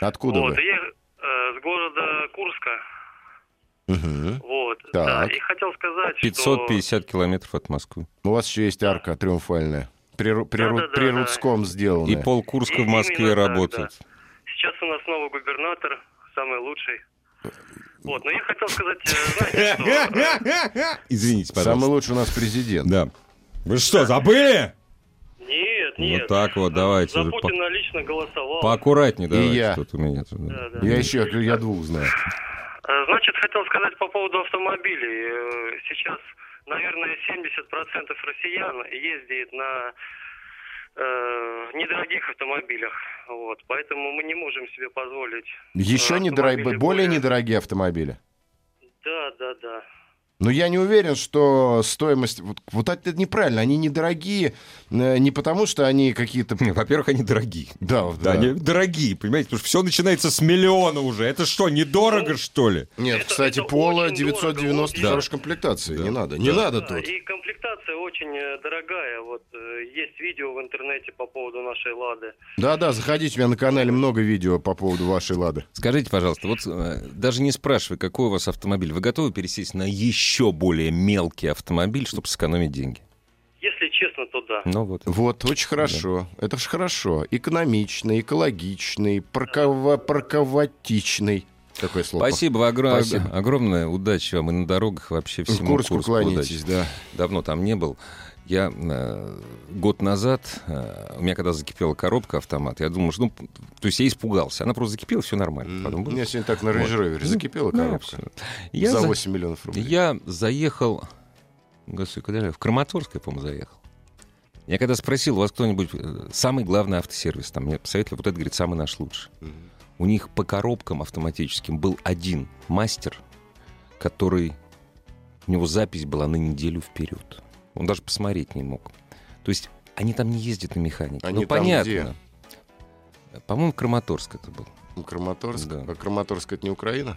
[SPEAKER 2] Откуда
[SPEAKER 6] вот,
[SPEAKER 2] вы?
[SPEAKER 6] я э, с города Курска.
[SPEAKER 2] Мгм.
[SPEAKER 6] Вот.
[SPEAKER 2] Так.
[SPEAKER 6] Да, и хотел сказать, что...
[SPEAKER 1] 550 километров от Москвы.
[SPEAKER 2] У вас еще есть арка триумфальная. При, Ру- при, Ру-
[SPEAKER 6] Да-да-да-да.
[SPEAKER 2] при Рудском
[SPEAKER 1] И
[SPEAKER 2] сделанная.
[SPEAKER 1] пол Курска в
[SPEAKER 6] Именно
[SPEAKER 1] Москве
[SPEAKER 6] так, да.
[SPEAKER 1] работает.
[SPEAKER 6] Сейчас у нас новый губернатор, самый лучший. Вот, но я хотел сказать, э, знаете, что... э,
[SPEAKER 1] Извините, пожалуйста.
[SPEAKER 2] Самый лучший у нас президент.
[SPEAKER 1] Да. Вы что, забыли?
[SPEAKER 6] Нет, нет.
[SPEAKER 1] Вот так вот, давайте
[SPEAKER 6] За
[SPEAKER 1] уже по-
[SPEAKER 6] Путина лично голосовал.
[SPEAKER 1] Поаккуратнее
[SPEAKER 2] И
[SPEAKER 1] давайте.
[SPEAKER 2] я.
[SPEAKER 1] Тут у меня тут, да.
[SPEAKER 6] Да, да.
[SPEAKER 2] Я еще, я двух знаю.
[SPEAKER 6] Э, Значит, хотел сказать по поводу автомобилей. Э, Сейчас, наверное, 70% россиян ездит на э, недорогих автомобилях. Вот. Поэтому мы не можем себе позволить.
[SPEAKER 2] Еще
[SPEAKER 6] А, Автомобили
[SPEAKER 2] недорогие, более
[SPEAKER 6] более-
[SPEAKER 2] недорогие автомобили.
[SPEAKER 6] Да, да, да.
[SPEAKER 2] Но я не уверен, что стоимость... Вот, вот это неправильно. Они недорогие э, не потому, что они какие-то...
[SPEAKER 1] Не, Во-первых, они дорогие.
[SPEAKER 2] Да, вот, да.
[SPEAKER 1] Хм. Да, они дорогие, понимаете, потому что все начинается с миллиона уже. Это что,
[SPEAKER 6] Ну,
[SPEAKER 1] недорого, что ли?
[SPEAKER 2] Нет,
[SPEAKER 6] Это-
[SPEAKER 2] кстати,
[SPEAKER 6] это
[SPEAKER 2] пола
[SPEAKER 6] очень
[SPEAKER 2] 990
[SPEAKER 6] дорого.
[SPEAKER 2] хорошей комплектации.
[SPEAKER 1] Да.
[SPEAKER 2] Не надо. Не надо
[SPEAKER 6] Да,
[SPEAKER 2] тут.
[SPEAKER 6] и комплектация очень э, дорогая. Вот э, есть видео в интернете по поводу нашей Лады.
[SPEAKER 2] Да-да, заходите, у меня на канале много видео по поводу вашей «Лады».
[SPEAKER 1] Скажите, пожалуйста, вот э, даже не спрашивай, какой у вас автомобиль, вы готовы пересесть на еще более мелкий автомобиль, чтобы сэкономить деньги?
[SPEAKER 6] Если честно, то да.
[SPEAKER 1] Ну вот.
[SPEAKER 2] Вот, очень хорошо. Это же хорошо. Экономичный, экологичный, паркова, парковатичный. Такое слово.
[SPEAKER 1] Спасибо, вы огро-
[SPEAKER 2] Спасибо.
[SPEAKER 1] огромное удачи вам и на дорогах вообще
[SPEAKER 2] В
[SPEAKER 1] всему
[SPEAKER 2] Курску
[SPEAKER 1] удачи.
[SPEAKER 2] кланяйтесь, да.
[SPEAKER 1] давно там не был. Я э, год назад, э, у меня когда закипела коробка автомат, я думал, что, ну, то есть я испугался. Она просто закипела, все нормально. Потом
[SPEAKER 2] У
[SPEAKER 1] было.
[SPEAKER 2] меня сегодня так на Range Rover закипела
[SPEAKER 1] Да,
[SPEAKER 2] коробка.
[SPEAKER 1] абсолютно. я,
[SPEAKER 2] за
[SPEAKER 1] за-
[SPEAKER 2] 8 миллионов рублей.
[SPEAKER 1] я заехал, господи, куда же я? в Краматорск, я, по-моему, заехал. Я когда спросил, у вас кто-нибудь, э, самый главный автосервис, там, мне посоветовали, вот это, говорит, самый наш лучший.
[SPEAKER 2] Мгм.
[SPEAKER 1] У них по коробкам автоматическим был один мастер, который У него запись была на неделю вперед. Он даже посмотреть не мог. То есть они там не ездят на механике.
[SPEAKER 2] Они
[SPEAKER 1] ну,
[SPEAKER 2] там
[SPEAKER 1] понятно. По-моему, Краматорск это был.
[SPEAKER 2] Краматорск?
[SPEAKER 1] Да.
[SPEAKER 2] А Краматорск это не Украина?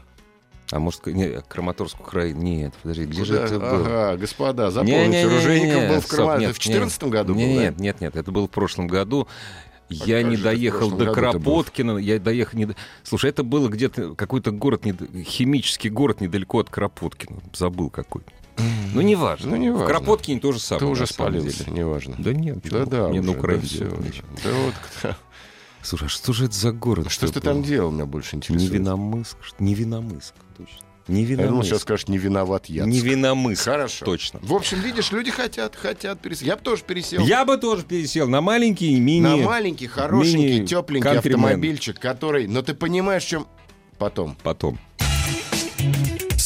[SPEAKER 1] А может, не, Краматорск, Украина? Нет, подожди, где же
[SPEAKER 2] Куда? А,
[SPEAKER 1] это было?
[SPEAKER 2] Ага, господа,
[SPEAKER 1] Не, не,
[SPEAKER 2] запомните,
[SPEAKER 1] не, не,
[SPEAKER 2] Ружейников
[SPEAKER 1] не,
[SPEAKER 2] был в
[SPEAKER 1] стоп,
[SPEAKER 2] Крыма.
[SPEAKER 1] нет,
[SPEAKER 2] Это в 2014 году
[SPEAKER 1] не,
[SPEAKER 2] был, да? А
[SPEAKER 1] Нет, нет, нет, это было в прошлом году. Я
[SPEAKER 2] как же
[SPEAKER 1] не
[SPEAKER 2] ты в
[SPEAKER 1] доехал
[SPEAKER 2] прошлом
[SPEAKER 1] до
[SPEAKER 2] году-то был?
[SPEAKER 1] Кропоткина, я доехал не... до- Слушай, это было где-то какой-то город, нед- химический город недалеко от Кропоткина, забыл какой. Ну, неважно.
[SPEAKER 2] Ну, неважно.
[SPEAKER 1] В Кропоткине тоже самое.
[SPEAKER 2] Ты уже
[SPEAKER 1] на самом
[SPEAKER 2] спалился,
[SPEAKER 1] деле.
[SPEAKER 2] неважно.
[SPEAKER 1] Да нет, чё,
[SPEAKER 2] Да-да,
[SPEAKER 1] мне на
[SPEAKER 2] уже,
[SPEAKER 1] Украине
[SPEAKER 2] да всё
[SPEAKER 1] делать
[SPEAKER 2] уже.
[SPEAKER 1] нечего.
[SPEAKER 2] Да вот, кто- Ну,
[SPEAKER 1] Слушай, а что же это за город?
[SPEAKER 2] что ж ты там делал, меня больше
[SPEAKER 1] Не
[SPEAKER 2] интересует.
[SPEAKER 1] Невиномыск, что- Невиномыск, точно. Невиномыск.
[SPEAKER 2] Я думал, сейчас скажешь, не виноват я.
[SPEAKER 1] Невиномыск,
[SPEAKER 2] Хорошо.
[SPEAKER 1] точно.
[SPEAKER 2] В общем, видишь, люди хотят, хотят пересесть. Я бы тоже пересел.
[SPEAKER 1] Я бы тоже пересел на маленький мини...
[SPEAKER 2] На маленький, хорошенький,
[SPEAKER 1] мини-
[SPEAKER 2] тепленький
[SPEAKER 1] кантримен.
[SPEAKER 2] автомобильчик, который... Но ты понимаешь, в чем... Потом.
[SPEAKER 1] Потом.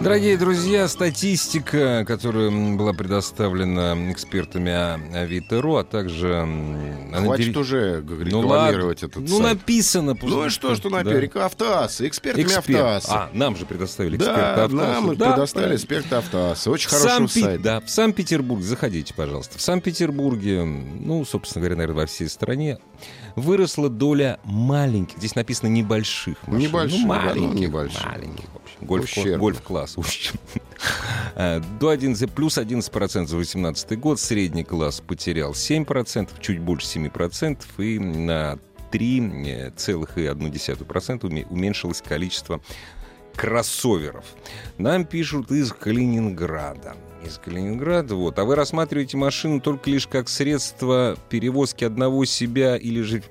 [SPEAKER 1] Дорогие друзья, статистика, которая м, была предоставлена экспертами а- Авито.ру, а также... м, она
[SPEAKER 2] Хватит
[SPEAKER 1] дери-
[SPEAKER 2] уже г-
[SPEAKER 1] Ну ладно.
[SPEAKER 2] рекламировать этот
[SPEAKER 1] Ну
[SPEAKER 2] сайт.
[SPEAKER 1] написано.
[SPEAKER 2] Ну и что, что на перек? Автоассы, экспертами
[SPEAKER 1] Эксперт.
[SPEAKER 2] автоассы.
[SPEAKER 1] А, нам же предоставили эксперта
[SPEAKER 2] да,
[SPEAKER 1] «Автоаса».
[SPEAKER 2] нам
[SPEAKER 1] Да,
[SPEAKER 2] предоставили
[SPEAKER 1] правильно.
[SPEAKER 2] эксперт автоассы. Очень
[SPEAKER 1] В
[SPEAKER 2] хороший
[SPEAKER 1] Санкт-Пе-
[SPEAKER 2] сайт.
[SPEAKER 1] Да, в Санкт-Петербург, заходите, пожалуйста. В Санкт-Петербурге, ну, собственно говоря, наверное, во всей стране, выросла доля маленьких, здесь написано небольших машин.
[SPEAKER 2] Небольших,
[SPEAKER 1] ну,
[SPEAKER 2] да, ну,
[SPEAKER 1] маленьких,
[SPEAKER 2] небольших.
[SPEAKER 1] маленьких, в общем. Гольф-
[SPEAKER 2] Ущербных.
[SPEAKER 1] Гольф-класс, в общем. Э, До 11, плюс 11% за 18 год, средний класс потерял 7%, чуть больше 7%, и на э, 3,1% уме- уменьшилось количество кроссоверов. Нам пишут из Калининграда. Из Калининграда, вот. А вы рассматриваете машину только лишь как средство перевозки одного себя или же...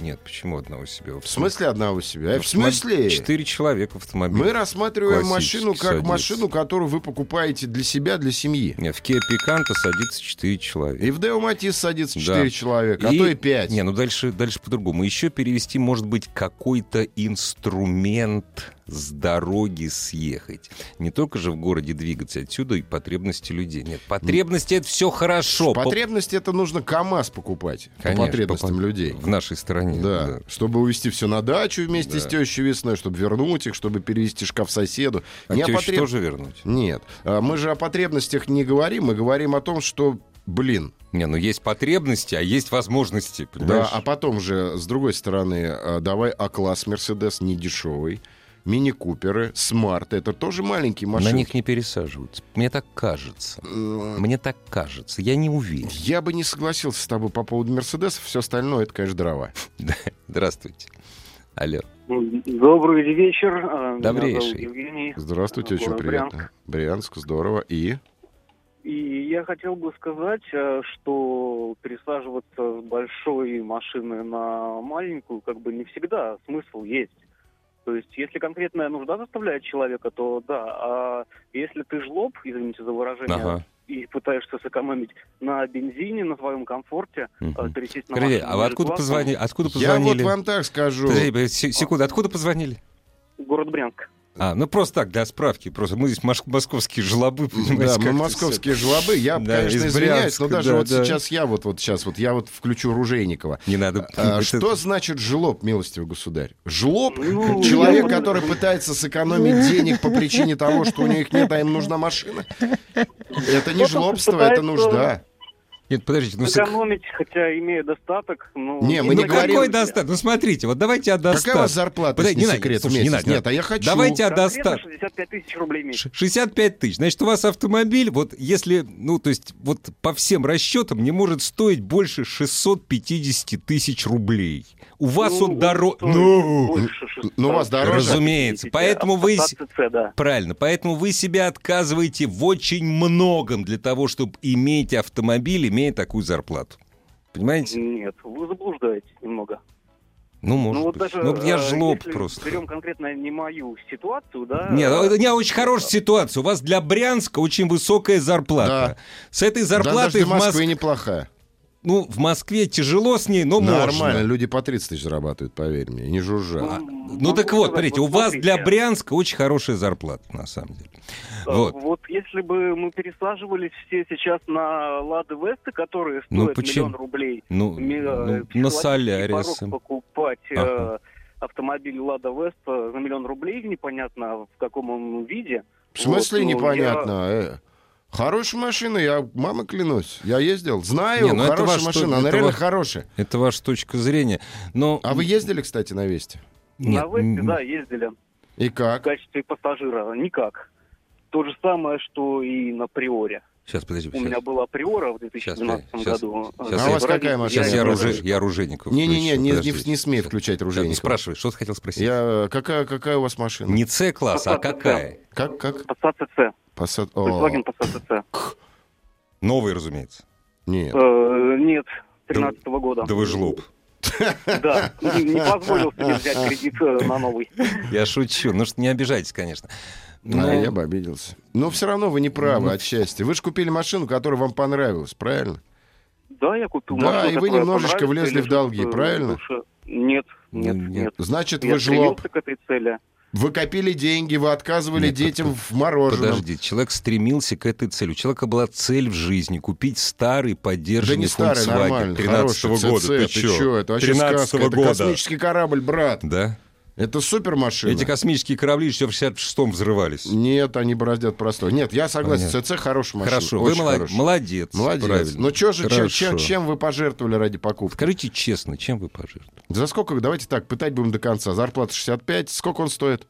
[SPEAKER 1] Нет, почему одного себя?
[SPEAKER 2] В смысле одного себя? Э, В
[SPEAKER 1] Автомоб-
[SPEAKER 2] смысле?
[SPEAKER 1] Ну, Четыре человека в автомобиле.
[SPEAKER 2] Мы рассматриваем
[SPEAKER 1] Классически
[SPEAKER 2] машину как
[SPEAKER 1] садится.
[SPEAKER 2] машину, которую вы покупаете для себя, для семьи.
[SPEAKER 1] Нет, в Kia Picanto садится четыре человека.
[SPEAKER 2] И в Део Матис садится
[SPEAKER 1] Да.
[SPEAKER 2] 4 человека, а
[SPEAKER 1] И-
[SPEAKER 2] то и 5.
[SPEAKER 1] Не, ну дальше, дальше по-другому. Еще перевести, может быть, какой-то инструмент с дороги съехать. Не только же в городе двигаться отсюда и потребности людей. Нет, потребности это все хорошо. По-
[SPEAKER 2] Потребности это нужно КАМАЗ покупать
[SPEAKER 1] Конечно,
[SPEAKER 2] по потребностям
[SPEAKER 1] по-
[SPEAKER 2] людей.
[SPEAKER 1] В нашей стране.
[SPEAKER 2] Да. чтобы увезти все на дачу вместе
[SPEAKER 1] Да.
[SPEAKER 2] с тещей весной, чтобы вернуть их, чтобы перевести шкаф соседу.
[SPEAKER 1] А
[SPEAKER 2] Не о
[SPEAKER 1] тещу
[SPEAKER 2] потреб-
[SPEAKER 1] тоже вернуть?
[SPEAKER 2] Нет, А мы же о потребностях не говорим, мы говорим о том, что, блин,
[SPEAKER 1] Не, ну есть потребности, а есть возможности,
[SPEAKER 2] да,
[SPEAKER 1] понимаешь?
[SPEAKER 2] а потом же, с другой стороны, а, давай А-класс Мерседес не дешевый, мини-куперы, смарт, это тоже маленькие
[SPEAKER 1] На
[SPEAKER 2] машины.
[SPEAKER 1] них не пересаживаются. Мне так кажется. Мне так кажется. Я не уверен.
[SPEAKER 2] Я бы не согласился с тобой по поводу Мерседесов, все остальное это, конечно, дрова.
[SPEAKER 1] Здравствуйте. Алло.
[SPEAKER 7] Добрый вечер. Э, меня
[SPEAKER 1] Добрейший.
[SPEAKER 7] зовут Евгений.
[SPEAKER 2] Здравствуйте, очень
[SPEAKER 7] Город
[SPEAKER 2] приятно. Брянск, здорово. И
[SPEAKER 7] И я хотел бы сказать, э, что пересаживаться с большой машины на маленькую, как бы не всегда а смысл есть. То есть, если конкретная нужда заставляет человека, то да. А если ты жлоб, извините за выражение,
[SPEAKER 1] Ага.
[SPEAKER 7] и пытаешься сэкономить на бензине, на своем комфорте, э,
[SPEAKER 1] Мгм.
[SPEAKER 7] трясись на
[SPEAKER 1] Скажите,
[SPEAKER 7] машине
[SPEAKER 1] а вы откуда
[SPEAKER 7] между
[SPEAKER 1] позвонили? Откуда
[SPEAKER 2] я вот
[SPEAKER 1] позвонили?
[SPEAKER 2] вам так скажу.
[SPEAKER 1] Подожди, подожди, се- секунду, откуда позвонили?
[SPEAKER 7] классом? Город Брянск.
[SPEAKER 1] А, ну просто так, для справки. Просто мы здесь маш- московские жлобы, понимаете,
[SPEAKER 2] Да, мы
[SPEAKER 1] как-то
[SPEAKER 2] московские жлобы. Я,
[SPEAKER 1] Да,
[SPEAKER 2] конечно,
[SPEAKER 1] из
[SPEAKER 2] извиняюсь,
[SPEAKER 1] Брянска,
[SPEAKER 2] но даже
[SPEAKER 1] да,
[SPEAKER 2] вот
[SPEAKER 1] да.
[SPEAKER 2] сейчас я вот, вот сейчас вот я вот включу Ружейникова.
[SPEAKER 1] всё. Не надо.
[SPEAKER 2] А,
[SPEAKER 1] это-
[SPEAKER 2] Что значит жлоб, милостивый государь? Жлоб
[SPEAKER 7] Ну,
[SPEAKER 2] человек,
[SPEAKER 7] я-
[SPEAKER 2] который пытается сэкономить денег по причине того, что у них нет, а им нужна машина. Это не
[SPEAKER 7] Кто-то
[SPEAKER 2] жлобство, это
[SPEAKER 7] пытается-
[SPEAKER 2] нужда.
[SPEAKER 1] Нет, подождите, ну, сек-
[SPEAKER 7] Сэкономить, хотя имея достаток, но...
[SPEAKER 2] Не, мы
[SPEAKER 1] ну
[SPEAKER 2] не говорим-
[SPEAKER 1] какой достаток? Ну смотрите, вот давайте о достатке.
[SPEAKER 2] Какая у вас зарплата,
[SPEAKER 1] Подожди,
[SPEAKER 2] если не
[SPEAKER 1] не надо,
[SPEAKER 2] секрет, в
[SPEAKER 1] слушай, не
[SPEAKER 2] месяц?
[SPEAKER 1] надо, не
[SPEAKER 2] Нет, а я хочу.
[SPEAKER 1] Давайте о
[SPEAKER 7] Конкретно
[SPEAKER 1] достатке.
[SPEAKER 7] 65 тысяч рублей
[SPEAKER 1] Ш-
[SPEAKER 7] меньше.
[SPEAKER 1] 65 тысяч. Значит, у вас автомобиль, вот если, ну, то есть, вот по всем расчетам не может стоить больше 650 тысяч рублей. У вас
[SPEAKER 7] Ну,
[SPEAKER 1] он дороже...
[SPEAKER 7] стоит
[SPEAKER 1] Ну,
[SPEAKER 7] больше 600.
[SPEAKER 2] ну, у вас дороже.
[SPEAKER 1] Разумеется. Поэтому вы-
[SPEAKER 7] От ТЦ, да.
[SPEAKER 1] Правильно, поэтому вы себя отказываете в очень многом для того, чтобы иметь автомобиль, имея такую зарплату. Понимаете?
[SPEAKER 7] Нет, вы заблуждаетесь немного.
[SPEAKER 1] Ну, может
[SPEAKER 7] ну, вот
[SPEAKER 1] быть.
[SPEAKER 7] даже,
[SPEAKER 1] ну, я
[SPEAKER 7] э,
[SPEAKER 1] жлоб
[SPEAKER 7] если
[SPEAKER 1] просто. ну,
[SPEAKER 7] берем конкретно не мою ситуацию, да...
[SPEAKER 1] Нет,
[SPEAKER 7] э,
[SPEAKER 1] у меня очень хорошая ситуация. У вас для Брянска очень высокая зарплата. С этой
[SPEAKER 2] Да даже
[SPEAKER 1] зарплатой
[SPEAKER 2] для
[SPEAKER 1] в
[SPEAKER 2] Москвы
[SPEAKER 1] Москве...
[SPEAKER 2] неплохая.
[SPEAKER 1] ну, в Москве тяжело с ней, но
[SPEAKER 2] Нормально,
[SPEAKER 1] можно.
[SPEAKER 2] люди по 30 тысяч зарабатывают, поверь мне, и не жужжат.
[SPEAKER 1] Ну так вот, смотрите, у вас для Брянска очень хорошая зарплата, на самом деле.
[SPEAKER 7] э, Вот.
[SPEAKER 1] Вот.
[SPEAKER 7] если бы мы пересаживались все сейчас на Лады Весты, которые
[SPEAKER 1] Ну,
[SPEAKER 7] стоят
[SPEAKER 1] почему?
[SPEAKER 7] миллион рублей,
[SPEAKER 1] Ну,
[SPEAKER 7] ми- э,
[SPEAKER 1] ну, на
[SPEAKER 7] психологический
[SPEAKER 1] солярисы.
[SPEAKER 7] порог покупать э,
[SPEAKER 1] Ага.
[SPEAKER 7] автомобиль Лада Веста за миллион рублей непонятно а в каком он виде.
[SPEAKER 2] В смысле
[SPEAKER 7] Вот, ну,
[SPEAKER 2] непонятно? э? Хорошая машина, я мама клянусь, я ездил, знаю,
[SPEAKER 1] Не, ну это
[SPEAKER 2] хорошая
[SPEAKER 1] ваш-
[SPEAKER 2] машина,
[SPEAKER 1] это
[SPEAKER 2] она реально
[SPEAKER 1] ваш-
[SPEAKER 2] хорошая.
[SPEAKER 1] Это ваша точка зрения. Но...
[SPEAKER 2] А вы ездили, кстати, на Весте?
[SPEAKER 7] Я...
[SPEAKER 1] Нет,
[SPEAKER 7] На Весте,
[SPEAKER 1] м,
[SPEAKER 7] да, ездили
[SPEAKER 2] И
[SPEAKER 7] в
[SPEAKER 2] как?
[SPEAKER 7] качестве пассажира. Никак. То же самое, что и на Приоре.
[SPEAKER 1] Сейчас, подожди.
[SPEAKER 7] У
[SPEAKER 1] сейчас.
[SPEAKER 7] меня была Приора в 2012
[SPEAKER 1] Сейчас, сейчас,
[SPEAKER 7] году.
[SPEAKER 1] сейчас.
[SPEAKER 7] Э,
[SPEAKER 1] А у вас
[SPEAKER 7] собрались,
[SPEAKER 2] какая машина?
[SPEAKER 1] Сейчас
[SPEAKER 2] Я
[SPEAKER 1] я,
[SPEAKER 2] не
[SPEAKER 1] оружи-
[SPEAKER 2] слышу.
[SPEAKER 1] я оружейников.
[SPEAKER 2] Не-не-не,
[SPEAKER 1] включу,
[SPEAKER 2] не, не,
[SPEAKER 1] подожди.
[SPEAKER 2] не смей включать
[SPEAKER 1] Да, не
[SPEAKER 2] ружейника.
[SPEAKER 1] спрашивай, что ты хотел спросить?
[SPEAKER 2] Я, э, какая, какая у вас машина?
[SPEAKER 1] Не С-класс, а какая?
[SPEAKER 2] Как, как?
[SPEAKER 7] Passat CC.
[SPEAKER 2] Passat- О,
[SPEAKER 7] Volkswagen Passat CC.
[SPEAKER 1] Новый, разумеется.
[SPEAKER 2] Нет.
[SPEAKER 7] Э, Нет, 13 года.
[SPEAKER 1] Да вы жлоб.
[SPEAKER 7] Да, не не позволил себе взять кредит э, на новый.
[SPEAKER 1] Я шучу. Ну что, не обижайтесь, конечно.
[SPEAKER 2] А,
[SPEAKER 1] Ну,
[SPEAKER 2] я бы обиделся. Но все равно вы не правы отчасти. Вы же купили машину, которая вам понравилась, правильно?
[SPEAKER 7] Да, я купил
[SPEAKER 2] Да,
[SPEAKER 7] машину,
[SPEAKER 2] и вы
[SPEAKER 7] которая
[SPEAKER 2] немножечко
[SPEAKER 7] понравится,
[SPEAKER 2] влезли в
[SPEAKER 7] лежит,
[SPEAKER 2] долги,
[SPEAKER 7] э,
[SPEAKER 2] правильно?
[SPEAKER 7] слушай, Нет, нет,
[SPEAKER 1] Ну, нет.
[SPEAKER 7] нет.
[SPEAKER 2] Значит,
[SPEAKER 7] Я
[SPEAKER 2] вы жлоб.
[SPEAKER 7] стремился к этой цели.
[SPEAKER 2] Вы копили деньги, вы отказывали
[SPEAKER 1] Нет,
[SPEAKER 2] детям
[SPEAKER 1] под-
[SPEAKER 2] в мороженом.
[SPEAKER 1] Подожди, человек стремился к этой цели. У человека была цель в жизни купить старый
[SPEAKER 2] Да
[SPEAKER 1] поддержанный
[SPEAKER 2] не старый,
[SPEAKER 1] Volkswagen
[SPEAKER 2] нормально.
[SPEAKER 1] 13
[SPEAKER 2] хороший
[SPEAKER 1] года.
[SPEAKER 2] CC, ты
[SPEAKER 1] чё?
[SPEAKER 2] чё, Это вообще
[SPEAKER 1] 13-го
[SPEAKER 2] сказка. Это
[SPEAKER 1] года.
[SPEAKER 2] космический корабль, брат.
[SPEAKER 1] Да.
[SPEAKER 2] Это супер машина.
[SPEAKER 1] Эти космические корабли еще в 66-м взрывались.
[SPEAKER 2] Нет, они бороздят простой. Нет, я согласен,
[SPEAKER 1] Понятно.
[SPEAKER 2] ЦЦ хорошая машина.
[SPEAKER 1] Хорошо, вы
[SPEAKER 2] очень
[SPEAKER 1] мала-
[SPEAKER 2] хорошая.
[SPEAKER 1] молодец.
[SPEAKER 2] Молодец.
[SPEAKER 1] правильно.
[SPEAKER 2] Ну чё же, чем,
[SPEAKER 1] Хорошо.
[SPEAKER 2] чем, чем вы пожертвовали ради покупки?
[SPEAKER 1] Скажите честно, чем вы пожертвовали?
[SPEAKER 2] За сколько, давайте так, пытать будем до конца. Зарплата 65, сколько он стоит?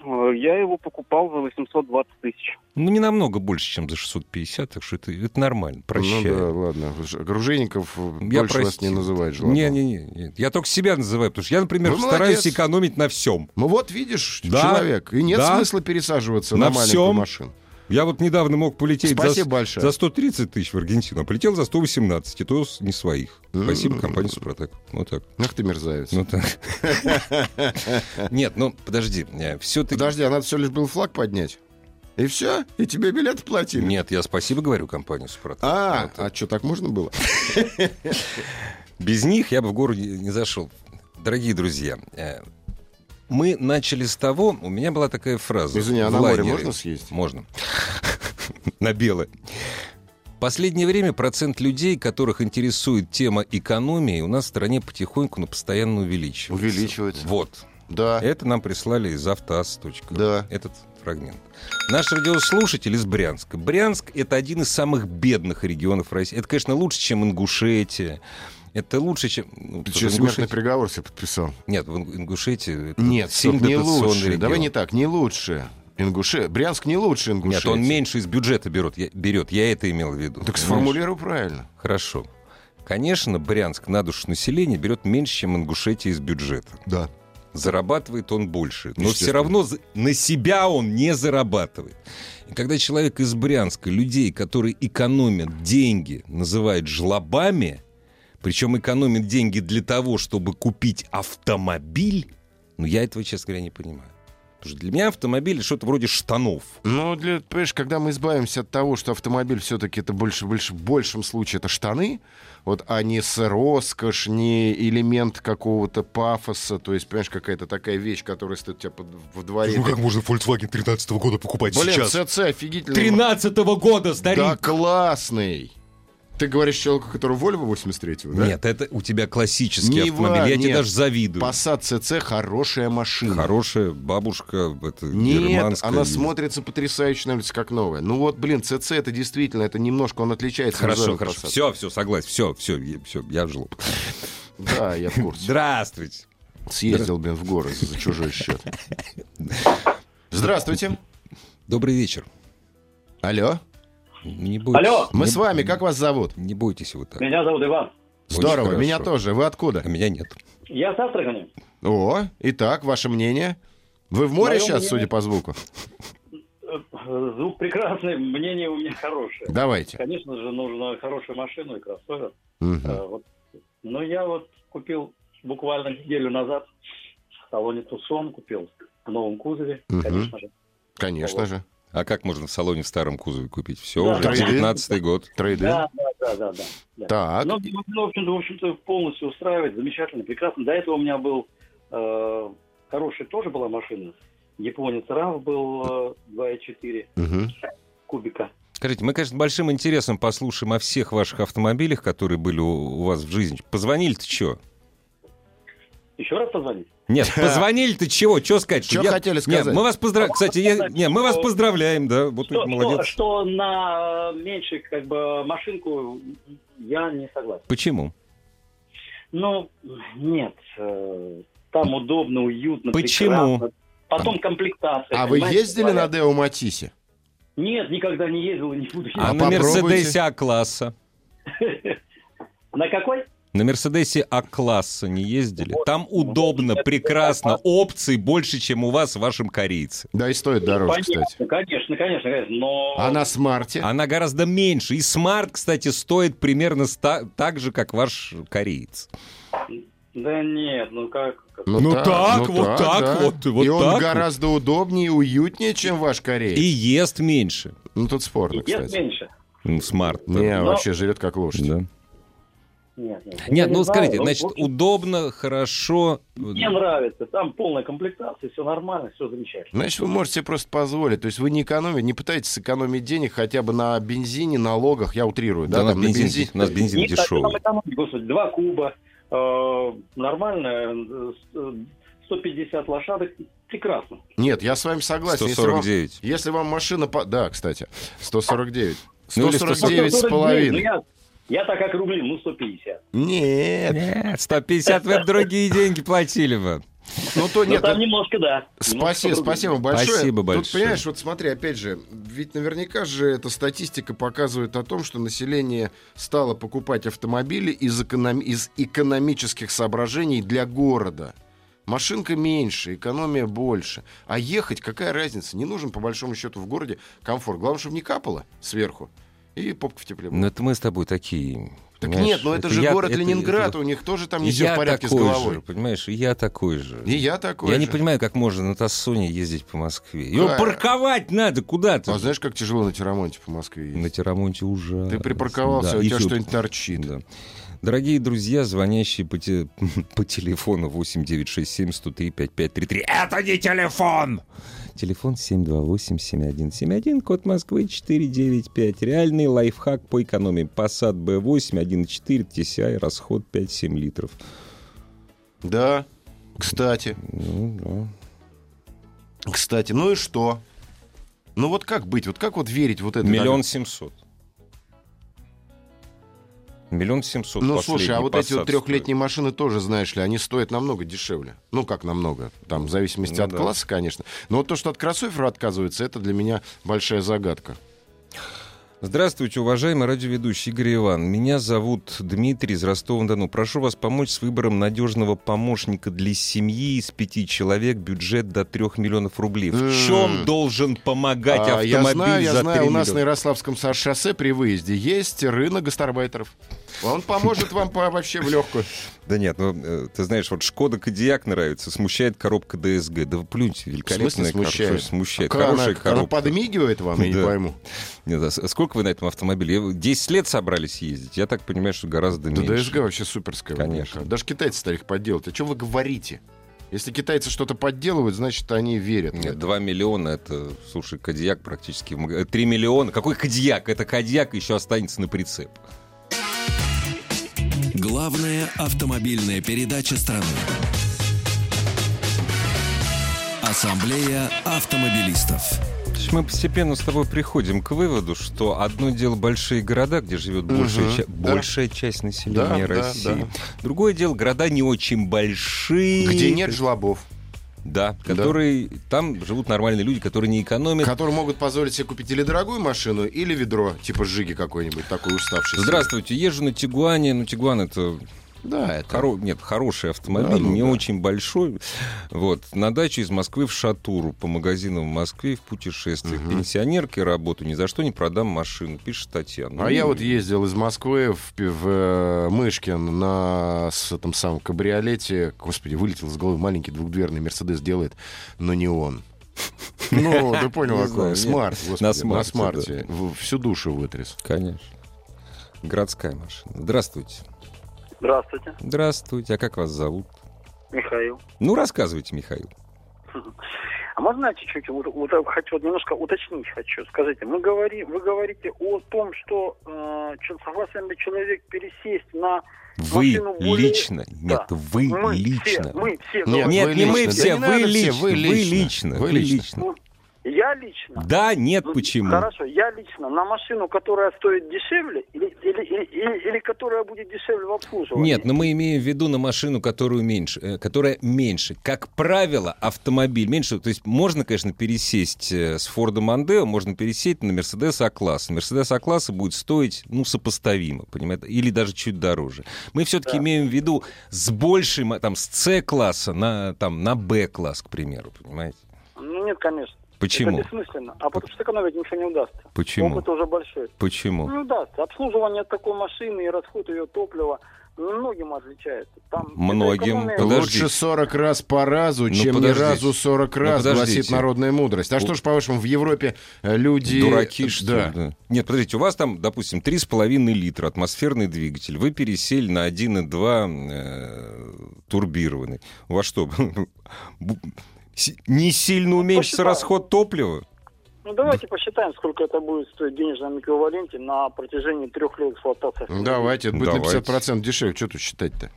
[SPEAKER 7] Э, Я его покупал за 820 тысяч.
[SPEAKER 1] Ну, не намного больше, чем за 650, так что это, это нормально, прощаю.
[SPEAKER 2] Ну да, ладно. Гружейников
[SPEAKER 1] Я
[SPEAKER 2] больше вас не
[SPEAKER 1] простил.
[SPEAKER 2] называет жлобом.
[SPEAKER 1] Не-не-не, нет. я только себя называю, потому что я, например,
[SPEAKER 2] Вы
[SPEAKER 1] стараюсь
[SPEAKER 2] Ну, молодец.
[SPEAKER 1] экономить на всем.
[SPEAKER 2] Ну вот, видишь,
[SPEAKER 1] Да,
[SPEAKER 2] человек. И нет
[SPEAKER 1] да.
[SPEAKER 2] смысла пересаживаться на,
[SPEAKER 1] На
[SPEAKER 2] маленькую
[SPEAKER 1] всем.
[SPEAKER 2] машину.
[SPEAKER 1] Я вот недавно мог полететь за-
[SPEAKER 2] Спасибо большое.
[SPEAKER 1] за 130 тысяч в Аргентину, а полетел за 118, и то с- не своих. Спасибо компании «Супротек». Вот так.
[SPEAKER 2] Ах ты мерзавец.
[SPEAKER 1] Ну так. Нет, ну подожди, все-таки...
[SPEAKER 2] Подожди, а надо все лишь был флаг поднять. И все? И тебе билет платили?
[SPEAKER 1] Нет, я спасибо говорю компании «Супротек».
[SPEAKER 2] А,
[SPEAKER 1] Вот.
[SPEAKER 2] а что, так можно было?
[SPEAKER 1] Без них я бы в городе не зашел. Дорогие друзья, э, мы начали с того, у меня была такая фраза.
[SPEAKER 2] Извини, а
[SPEAKER 1] в
[SPEAKER 2] на море
[SPEAKER 1] лайнере.
[SPEAKER 2] можно съесть?
[SPEAKER 1] Можно. На белое. В последнее время процент людей, которых интересует тема экономии, у нас в стране потихоньку, но постоянно увеличивается.
[SPEAKER 2] Увеличивается.
[SPEAKER 1] Вот.
[SPEAKER 2] Да.
[SPEAKER 1] Это нам прислали из автоаз.ру.
[SPEAKER 2] Да.
[SPEAKER 1] Этот фрагмент. Наш радиослушатель из Брянска. Брянск — это один из самых бедных регионов России. Это, конечно, лучше, чем Ингушетия. Это лучше, чем... ну,
[SPEAKER 2] Ты
[SPEAKER 1] потому
[SPEAKER 2] что,
[SPEAKER 1] что
[SPEAKER 2] смертный
[SPEAKER 1] Ингушетия-
[SPEAKER 2] приговор себе подписал?
[SPEAKER 1] Нет, в Инг- Ингушетии... это
[SPEAKER 2] Нет,
[SPEAKER 1] сильно
[SPEAKER 2] стоп, не
[SPEAKER 1] дотационный
[SPEAKER 2] лучше.
[SPEAKER 1] регион.
[SPEAKER 2] Давай не так, не лучше. Ингуше... Брянск не лучше Ингушетии.
[SPEAKER 1] Нет, он меньше из бюджета берет, я, берет. Я это имел в виду.
[SPEAKER 2] Ну, Так
[SPEAKER 1] понимаешь?
[SPEAKER 2] сформулируй правильно.
[SPEAKER 1] Хорошо. Конечно, Брянск на душу населения берет меньше, чем Ингушетия из бюджета.
[SPEAKER 2] Да.
[SPEAKER 1] Зарабатывает он больше. Но
[SPEAKER 2] Естественно.
[SPEAKER 1] все равно за- на себя он не зарабатывает. И когда человек из Брянска, людей, которые экономят деньги, называет жлобами, причем экономит деньги для того, чтобы купить автомобиль, ну я этого, честно говоря, не понимаю. Потому что для меня автомобиль это что-то вроде штанов.
[SPEAKER 2] Ну, для, понимаешь, когда мы избавимся от того, что автомобиль все-таки это больше, больше, в большем случае это штаны, вот, а не с роскошь, не элемент какого-то пафоса, то есть, понимаешь, какая-то такая вещь, которая стоит у тебя под- во дворе. Ну, как можно Volkswagen 13 года покупать сейчас? Блин, ЦЦ офигительный.
[SPEAKER 1] 13 года, старик!
[SPEAKER 2] Да, классный. Ты говоришь человеку, который Volvo 83-го, да?
[SPEAKER 1] Нет, это у тебя классический
[SPEAKER 2] Не
[SPEAKER 1] автомобиль.
[SPEAKER 2] ва-
[SPEAKER 1] Я тебе
[SPEAKER 2] нет.
[SPEAKER 1] даже завидую.
[SPEAKER 2] Passat CC хорошая машина.
[SPEAKER 1] Хорошая бабушка, это
[SPEAKER 2] Нет,
[SPEAKER 1] германская.
[SPEAKER 2] она смотрится потрясающе на улице, как новая. Ну вот, блин, ЦЦ это действительно, это немножко он отличается. от
[SPEAKER 1] Хорошо,
[SPEAKER 2] Зои
[SPEAKER 1] хорошо.
[SPEAKER 2] Passat.
[SPEAKER 1] Все, все, согласен. Все, все, все, я жлоб.
[SPEAKER 2] Да, я в курсе.
[SPEAKER 1] Здравствуйте.
[SPEAKER 2] Съездил, блин, в город за чужой счет. Здравствуйте.
[SPEAKER 1] Добрый вечер.
[SPEAKER 2] Алло.
[SPEAKER 1] Не бойтесь.
[SPEAKER 8] Алло.
[SPEAKER 2] Мы
[SPEAKER 1] Не-
[SPEAKER 2] с вами, как вас зовут?
[SPEAKER 1] Не бойтесь вот так.
[SPEAKER 8] Меня зовут Иван.
[SPEAKER 1] Очень
[SPEAKER 2] Здорово,
[SPEAKER 1] хорошо.
[SPEAKER 2] меня тоже. Вы откуда?
[SPEAKER 1] А меня нет.
[SPEAKER 8] Я с Астрахани.
[SPEAKER 2] О, итак, ваше мнение? Вы в море
[SPEAKER 8] Моё
[SPEAKER 2] сейчас,
[SPEAKER 8] мнение-
[SPEAKER 2] судя по звуку?
[SPEAKER 8] Э, Звук прекрасный, мнение у меня хорошее.
[SPEAKER 2] Давайте.
[SPEAKER 8] Конечно же, нужно хорошую машину и кроссовер.
[SPEAKER 2] Мгм.
[SPEAKER 8] Э, вот. Но я вот купил буквально неделю назад в салоне Тусон, купил в новом кузове,
[SPEAKER 2] Мгм.
[SPEAKER 8] конечно же.
[SPEAKER 2] Конечно же.
[SPEAKER 1] А как можно в салоне в старом кузове купить? Все,
[SPEAKER 8] Да.
[SPEAKER 1] уже 19 год.
[SPEAKER 2] Трейды.
[SPEAKER 8] да, да. Да, да, да. да.
[SPEAKER 2] Так.
[SPEAKER 1] Ну,
[SPEAKER 8] Но, в общем-то, в общем-то, полностью устраивает, замечательно, прекрасно. До этого у меня был э, хорошая тоже была машина. Японец РАВ был э, 2,4
[SPEAKER 2] Мгм.
[SPEAKER 8] кубика.
[SPEAKER 1] Скажите, мы, конечно, с большим интересом послушаем о всех ваших автомобилях, которые были у, у вас в жизни. Позвонили-то чего?
[SPEAKER 8] Еще раз позвонить?
[SPEAKER 1] Нет, позвонили-то чего? Чего сказать?
[SPEAKER 2] Чё хотели
[SPEAKER 1] Нет,
[SPEAKER 2] сказать?
[SPEAKER 1] мы вас поздравляем. Кстати, я- не, мы вас
[SPEAKER 8] Что-
[SPEAKER 1] поздравляем, да. Вот
[SPEAKER 8] Что, что,
[SPEAKER 1] молодец.
[SPEAKER 8] что на меньше как бы машинку я не согласен.
[SPEAKER 1] Почему?
[SPEAKER 8] Ну, нет, э, там удобно, уютно,
[SPEAKER 1] Почему?
[SPEAKER 8] прекрасно. Потом комплектация.
[SPEAKER 2] А вы
[SPEAKER 8] понимаете,
[SPEAKER 2] ездили
[SPEAKER 8] говорят.
[SPEAKER 2] на Део Матисе?
[SPEAKER 8] Нет, никогда не ездил и не буду
[SPEAKER 1] А,
[SPEAKER 2] А
[SPEAKER 1] на
[SPEAKER 2] попробуйте.
[SPEAKER 1] Мерседесе А-класса?
[SPEAKER 8] ездить. На какой?
[SPEAKER 1] На Мерседесе А-класса не ездили?
[SPEAKER 8] Вот.
[SPEAKER 1] Там удобно,
[SPEAKER 8] Это
[SPEAKER 1] прекрасно,
[SPEAKER 8] классно.
[SPEAKER 1] опций больше, чем у вас в вашем корейце.
[SPEAKER 2] Да и стоит дороже, кстати.
[SPEAKER 8] Конечно, конечно, конечно, конечно, но...
[SPEAKER 2] А на смарте?
[SPEAKER 1] Она гораздо меньше. И смарт, кстати, стоит примерно ста- так же, как ваш кореец.
[SPEAKER 8] Да нет, ну как... как-
[SPEAKER 1] Ну так, вот так вот, вот
[SPEAKER 2] И он
[SPEAKER 1] так вот.
[SPEAKER 2] гораздо удобнее и уютнее, чем ваш
[SPEAKER 1] И
[SPEAKER 2] кореец.
[SPEAKER 1] ест меньше.
[SPEAKER 2] Ну тут спорно,
[SPEAKER 8] Нет,
[SPEAKER 2] кстати.
[SPEAKER 8] меньше.
[SPEAKER 1] Ну, смарт.
[SPEAKER 2] Не,
[SPEAKER 8] Но-
[SPEAKER 2] вообще жрет как лошадь.
[SPEAKER 1] Да.
[SPEAKER 8] Нет, нет. Я
[SPEAKER 1] Нет,
[SPEAKER 8] не знаю,
[SPEAKER 1] ну скажите,
[SPEAKER 8] ну,
[SPEAKER 1] значит,
[SPEAKER 8] вот
[SPEAKER 1] удобно, хорошо.
[SPEAKER 8] Мне нравится, там полная комплектация, все нормально, все замечательно.
[SPEAKER 2] Значит, вы можете себе просто позволить. То есть вы не экономите, не пытаетесь сэкономить денег хотя бы на бензине, налогах, я утрирую, да,
[SPEAKER 1] Да, у нас
[SPEAKER 2] там, на
[SPEAKER 1] бензин-
[SPEAKER 2] бензине.
[SPEAKER 1] у нас бензин
[SPEAKER 8] Нет, так,
[SPEAKER 1] дешевый.
[SPEAKER 8] там экономия, господи, два куба, э, нормально, э, с- э, 150 лошадок, прекрасно.
[SPEAKER 2] Нет, я с вами согласен. Если вам,
[SPEAKER 1] 149.
[SPEAKER 2] если вам машина... По... Да, кстати, 149.
[SPEAKER 1] Ну или
[SPEAKER 2] 149 с
[SPEAKER 8] 149, ну,
[SPEAKER 2] половиной.
[SPEAKER 8] я, я так округлил, ну 150.
[SPEAKER 2] Нет,
[SPEAKER 1] Нет, 150 вы б другие деньги платили бы.
[SPEAKER 2] ну то
[SPEAKER 8] Ну
[SPEAKER 2] нет.
[SPEAKER 8] там
[SPEAKER 2] ну,
[SPEAKER 8] немножко, да. немножко
[SPEAKER 2] Спасибо, спасибо большое.
[SPEAKER 1] Спасибо
[SPEAKER 2] Тут,
[SPEAKER 1] большое.
[SPEAKER 2] понимаешь, вот смотри, опять же, ведь наверняка же эта статистика показывает о том, что население стало покупать автомобили из, эконом- из экономических соображений для города. Машинка меньше, экономия больше. А ехать, какая разница? Не нужен, по большому счету, в городе комфорт. Главное, чтобы не капало сверху. И попка в тепле. была.
[SPEAKER 1] Ну это мы с тобой такие.
[SPEAKER 2] так
[SPEAKER 1] понимаешь?
[SPEAKER 2] нет, но это, же
[SPEAKER 1] я-
[SPEAKER 2] город
[SPEAKER 1] это-
[SPEAKER 2] Ленинград,
[SPEAKER 1] это-
[SPEAKER 2] у них тоже там не все
[SPEAKER 1] я
[SPEAKER 2] в порядке с
[SPEAKER 1] такой
[SPEAKER 2] головой.
[SPEAKER 1] Же, понимаешь, и я такой же.
[SPEAKER 2] И я такой
[SPEAKER 1] я
[SPEAKER 2] же.
[SPEAKER 1] не понимаю, как можно на Тассоне ездить по Москве. Его
[SPEAKER 2] Да.
[SPEAKER 1] парковать надо куда-то.
[SPEAKER 2] А знаешь, как тяжело на Терамонте по Москве ездить?
[SPEAKER 1] На Терамонте уже.
[SPEAKER 2] Ты припарковался, а у тебя что-нибудь торчит.
[SPEAKER 1] Да. Дорогие друзья, звонящие по, те- по телефону 8967-103-5533. Это не телефон! Телефон 728-7171, код Москвы 495. Реальный лайфхак по экономии. Passat B8, 1.4, TCI, расход 5-7 литров.
[SPEAKER 2] Да, кстати.
[SPEAKER 1] Ну, да.
[SPEAKER 2] Кстати, ну и что? Ну вот как быть? Вот как вот верить вот этому?
[SPEAKER 1] Миллион семьсот. Миллион семьсот.
[SPEAKER 2] Ну слушай, а
[SPEAKER 1] последний
[SPEAKER 2] вот эти
[SPEAKER 1] Passat
[SPEAKER 2] вот трехлетние машины тоже, знаешь ли, они стоят намного дешевле. Ну как намного? Там в зависимости
[SPEAKER 1] Ну
[SPEAKER 2] от
[SPEAKER 1] да.
[SPEAKER 2] класса, конечно. Но вот то, что от кроссовера отказывается, это для меня большая загадка.
[SPEAKER 1] Здравствуйте, уважаемый радиоведущий Игорь Иван. Меня зовут Дмитрий из Ростова-на-Дону. Прошу вас помочь с выбором надежного помощника для семьи из пяти человек, бюджет до трех миллионов рублей. В
[SPEAKER 2] М.
[SPEAKER 1] чем должен помогать
[SPEAKER 2] А,
[SPEAKER 1] автомобиль
[SPEAKER 2] я знаю, я
[SPEAKER 1] за
[SPEAKER 2] знаю,
[SPEAKER 1] три
[SPEAKER 2] у нас на
[SPEAKER 1] миллиона?
[SPEAKER 2] Ярославском со- шоссе при выезде есть рынок гастарбайтеров. Он поможет вам по- вообще в легкую.
[SPEAKER 1] Да нет, ну, э, ты знаешь, вот Шкода Кодиак нравится, смущает коробка ДСГ. Да вы плюньте,
[SPEAKER 2] В смысле
[SPEAKER 1] великолепная
[SPEAKER 2] смущает?
[SPEAKER 1] коробка. Смущает,
[SPEAKER 2] Как она-
[SPEAKER 1] хорошая
[SPEAKER 2] Она
[SPEAKER 1] коробка.
[SPEAKER 2] подмигивает вам, я не
[SPEAKER 1] Да.
[SPEAKER 2] пойму.
[SPEAKER 1] Нет, а с- сколько вы на этом автомобиле? Вы 10 лет собрались ездить? Я так понимаю, что гораздо
[SPEAKER 2] Да
[SPEAKER 1] меньше.
[SPEAKER 2] ДСГ вообще суперская.
[SPEAKER 1] Конечно.
[SPEAKER 2] наверняка. Даже китайцы стали их подделывать. О чем вы говорите? Если китайцы что-то подделывают, значит, они верят. в
[SPEAKER 1] Нет,
[SPEAKER 2] это.
[SPEAKER 1] 2 миллиона это, слушай, Кадьяк практически... в мага- 3 миллиона. Какой Кадьяк? Это Кадьяк еще останется на прицеп.
[SPEAKER 9] Главная автомобильная передача страны. Ассамблея автомобилистов.
[SPEAKER 1] Мы постепенно с тобой приходим к выводу, что одно дело большие города, где живет большая, ча-
[SPEAKER 2] да.
[SPEAKER 1] большая часть населения
[SPEAKER 2] Да, да,
[SPEAKER 1] России.
[SPEAKER 2] да.
[SPEAKER 1] Другое дело города не очень большие.
[SPEAKER 2] Где нет жлобов,
[SPEAKER 1] Да,
[SPEAKER 2] Да.
[SPEAKER 1] которые... Там живут нормальные люди, которые не экономят.
[SPEAKER 2] которые могут позволить себе купить или дорогую машину, или ведро, типа Жиги какой-нибудь, такой уставший.
[SPEAKER 1] Здравствуйте, езжу на Тигуане. Ну, Тигуан это
[SPEAKER 2] Да, это...
[SPEAKER 1] Хоро- Нет, хороший автомобиль,
[SPEAKER 2] Да, ну
[SPEAKER 1] не
[SPEAKER 2] да.
[SPEAKER 1] очень большой. Вот. На даче из Москвы в Шатуру, по магазинам в Москве и в путешествиях.
[SPEAKER 2] Мгм.
[SPEAKER 1] Пенсионеркой работаю, ни за что не продам машину, пишет Татьяна.
[SPEAKER 2] А я вот ездил из Москвы в, пи- в, э, Мышкин на с- этом самом кабриолете. Господи, вылетел из головы маленький двухдверный Мерседес делает, но не он. Ну, ты понял,
[SPEAKER 1] Не
[SPEAKER 2] какой.
[SPEAKER 1] знаю, нет.
[SPEAKER 2] Смарт, господи,
[SPEAKER 1] На смарте,
[SPEAKER 2] В- Всю душу вытряс.
[SPEAKER 1] Конечно. Городская машина. Здравствуйте.
[SPEAKER 10] Здравствуйте,
[SPEAKER 1] Здравствуйте. А как вас зовут?
[SPEAKER 10] Михаил.
[SPEAKER 1] Ну, рассказывайте, Михаил.
[SPEAKER 10] А можно я чуть-чуть вот- вот хочу вот немножко уточнить хочу. Скажите, мы говорим, вы говорите о том, что э, чё- согласен ли человек пересесть на
[SPEAKER 1] Вы
[SPEAKER 10] Машину более-
[SPEAKER 1] лично. Нет,
[SPEAKER 10] Да.
[SPEAKER 1] вы
[SPEAKER 10] мы
[SPEAKER 1] лично.
[SPEAKER 10] все, мы все. Ну,
[SPEAKER 2] Нет,
[SPEAKER 10] говорим.
[SPEAKER 1] Нет,
[SPEAKER 2] Вы
[SPEAKER 1] не мы
[SPEAKER 2] лично.
[SPEAKER 1] все,
[SPEAKER 2] Да не
[SPEAKER 1] вы
[SPEAKER 2] надо все,
[SPEAKER 1] лично.
[SPEAKER 2] вы
[SPEAKER 1] Вы
[SPEAKER 2] лично.
[SPEAKER 1] лично.
[SPEAKER 2] Вы
[SPEAKER 1] Вы лично.
[SPEAKER 10] Я лично.
[SPEAKER 1] Да, нет,
[SPEAKER 10] Ну,
[SPEAKER 1] почему?
[SPEAKER 10] Хорошо, я лично на машину, которая стоит дешевле, или, или, или, или- или которая будет дешевле в обслуживании.
[SPEAKER 1] Нет, но мы имеем в виду на машину, которую меньше, э, которая меньше. Как правило, автомобиль меньше. То есть можно, конечно, пересесть э, с Форда Мондео, можно пересесть на Мерседес А-класса. Мерседес А-класса будет стоить, ну, сопоставимо, понимаете, или даже чуть дороже. Мы все-таки
[SPEAKER 10] Да.
[SPEAKER 1] имеем в виду с большей, мо- там, с С-класса на, там, на Б-класс, к примеру, понимаете?
[SPEAKER 10] Ну, нет, конечно.
[SPEAKER 1] Почему?
[SPEAKER 10] Это бессмысленно. А потому что сэкономить ничего не удастся.
[SPEAKER 1] Почему?
[SPEAKER 10] Опыт уже большой.
[SPEAKER 1] Почему?
[SPEAKER 2] Ну.
[SPEAKER 10] Не удастся. Ну Обслуживание такой машины и расход ее топлива многим отличается. Там
[SPEAKER 1] Многим.
[SPEAKER 10] это экономия-
[SPEAKER 1] Подожди.
[SPEAKER 2] Лучше 40 раз по разу,
[SPEAKER 1] Ну,
[SPEAKER 2] чем
[SPEAKER 1] подождите.
[SPEAKER 2] ни разу 40
[SPEAKER 1] Ну,
[SPEAKER 2] раз, гласит
[SPEAKER 1] подождите.
[SPEAKER 2] народная мудрость. А что ж, по-вашему, в Европе э, люди...
[SPEAKER 1] Дураки, что
[SPEAKER 2] Да.
[SPEAKER 1] ли? Да. Нет, подождите, у вас там, допустим, 3,5 литра атмосферный двигатель. Вы пересели на 1,2 э, турбированный. У вас что, бу- си- не сильно уменьшится
[SPEAKER 10] посчитаю.
[SPEAKER 1] расход топлива?
[SPEAKER 10] Ну, давайте посчитаем, сколько это будет стоить в денежном эквиваленте на протяжении трех лет эксплуатации.
[SPEAKER 2] Ну, Давайте, это будет
[SPEAKER 1] Давайте.
[SPEAKER 2] на 50% дешевле. Что тут считать-то?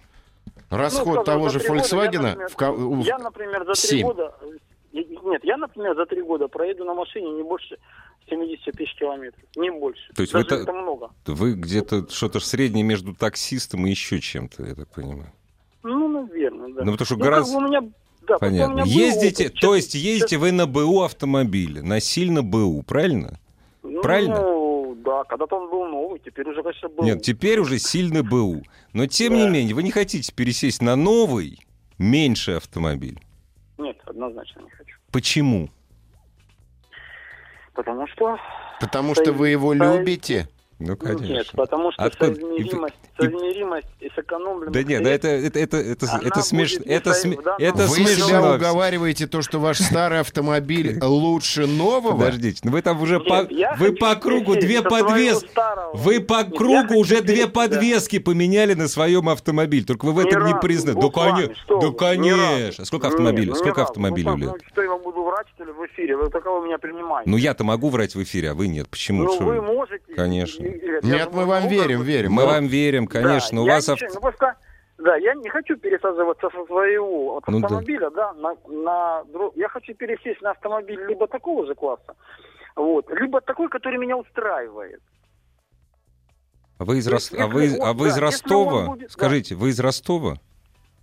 [SPEAKER 10] Ну,
[SPEAKER 2] Расход
[SPEAKER 10] скажем,
[SPEAKER 2] того
[SPEAKER 10] за
[SPEAKER 2] же
[SPEAKER 10] три года
[SPEAKER 2] Volkswagen...
[SPEAKER 10] Я,
[SPEAKER 2] в ка- у-
[SPEAKER 10] например, я, например, за три
[SPEAKER 2] семь.
[SPEAKER 10] года... э, Нет, я, например, за три года проеду на машине не больше 70 тысяч километров. Не больше.
[SPEAKER 1] То есть
[SPEAKER 10] Даже
[SPEAKER 1] вы та-
[SPEAKER 10] это много.
[SPEAKER 1] Вы где-то что-то ж среднее между таксистом и еще чем-то, я так понимаю.
[SPEAKER 10] Ну, наверное, да.
[SPEAKER 1] Ну, потому что
[SPEAKER 10] как
[SPEAKER 1] гораз-
[SPEAKER 10] бы у меня... Да, потому что у
[SPEAKER 1] Понятно.
[SPEAKER 10] меня был
[SPEAKER 1] Ездите,
[SPEAKER 10] опыт.
[SPEAKER 1] то есть
[SPEAKER 10] Сейчас-
[SPEAKER 1] ездите вы на БУ автомобиле, на сильно БУ, правильно?
[SPEAKER 10] Ну,
[SPEAKER 1] правильно?
[SPEAKER 10] Ну, да, когда-то он был новый, теперь уже, конечно, был.
[SPEAKER 1] Нет, теперь уже сильно БУ. Но тем не
[SPEAKER 10] Да.
[SPEAKER 1] менее, вы не хотите пересесть на новый, меньший автомобиль.
[SPEAKER 10] Нет, однозначно не хочу.
[SPEAKER 1] Почему?
[SPEAKER 10] Потому что...
[SPEAKER 2] Потому что вы его
[SPEAKER 10] Стоит.
[SPEAKER 2] любите.
[SPEAKER 1] Ну,
[SPEAKER 10] ну, Нет, потому что
[SPEAKER 1] Откуда-
[SPEAKER 10] соизмеримость,
[SPEAKER 1] и- и-
[SPEAKER 10] соизмеримость и сэкономленных
[SPEAKER 1] Да нет, да это, это, это, это,
[SPEAKER 10] Она
[SPEAKER 1] это смешно.
[SPEAKER 10] будет не
[SPEAKER 1] Это,
[SPEAKER 10] со-
[SPEAKER 1] сме-
[SPEAKER 10] в данном
[SPEAKER 1] это
[SPEAKER 2] вы себя
[SPEAKER 1] смешно.
[SPEAKER 2] уговариваете то, что ваш старый автомобиль лучше нового?
[SPEAKER 1] Подождите, ну вы там уже по,
[SPEAKER 10] Нет, я
[SPEAKER 1] вы
[SPEAKER 10] хочу
[SPEAKER 1] по кругу
[SPEAKER 10] пересесть
[SPEAKER 1] две
[SPEAKER 10] со своего
[SPEAKER 1] подвес.
[SPEAKER 10] старого.
[SPEAKER 1] Вы по
[SPEAKER 10] Нет, я
[SPEAKER 1] кругу
[SPEAKER 10] хочу
[SPEAKER 1] уже две
[SPEAKER 10] пересесть, да.
[SPEAKER 1] подвески поменяли на своем автомобиле. Только вы в
[SPEAKER 10] Ни
[SPEAKER 1] этом не
[SPEAKER 10] разу,
[SPEAKER 1] признаете. Да,
[SPEAKER 10] бог с вами,
[SPEAKER 1] коне-
[SPEAKER 10] что
[SPEAKER 1] да
[SPEAKER 10] вы, ни
[SPEAKER 1] конечно. А
[SPEAKER 10] разу.
[SPEAKER 1] Сколько
[SPEAKER 10] Нет,
[SPEAKER 1] автомобилей?
[SPEAKER 10] ни
[SPEAKER 1] Сколько
[SPEAKER 10] разу.
[SPEAKER 1] автомобилей
[SPEAKER 10] Ну,
[SPEAKER 1] лет?
[SPEAKER 10] ну, что я вам буду врать, что ли, в эфире? Вы такого меня принимаете.
[SPEAKER 1] Ну я-то могу врать в эфире, а вы нет. Почему?
[SPEAKER 10] Ну,
[SPEAKER 1] Что
[SPEAKER 10] вы
[SPEAKER 1] вы?
[SPEAKER 10] можете.
[SPEAKER 1] Конечно.
[SPEAKER 10] и- и- Игорь, я
[SPEAKER 2] Нет, мы
[SPEAKER 10] думаю,
[SPEAKER 2] вам
[SPEAKER 10] ну, как
[SPEAKER 2] верим,
[SPEAKER 10] бы-
[SPEAKER 2] верим.
[SPEAKER 1] Мы
[SPEAKER 2] Но-
[SPEAKER 1] вам верим, конечно.
[SPEAKER 10] Да,
[SPEAKER 1] у
[SPEAKER 10] я
[SPEAKER 1] вас авто-
[SPEAKER 10] ничего- ну, просто, да, я не хочу пересаживаться со своего от
[SPEAKER 1] Ну да.
[SPEAKER 10] автомобиля, да, на, на дру- я хочу пересесть на автомобиль либо такого же класса, вот, либо такой, который меня устраивает.
[SPEAKER 1] Вы из
[SPEAKER 10] То
[SPEAKER 1] Рос-
[SPEAKER 10] есть,
[SPEAKER 1] А вы, из-
[SPEAKER 10] если
[SPEAKER 1] а
[SPEAKER 10] он-
[SPEAKER 1] вы
[SPEAKER 10] да,
[SPEAKER 1] из
[SPEAKER 10] если он
[SPEAKER 1] Ростова?
[SPEAKER 10] будет- да.
[SPEAKER 1] Скажите, вы из Ростова?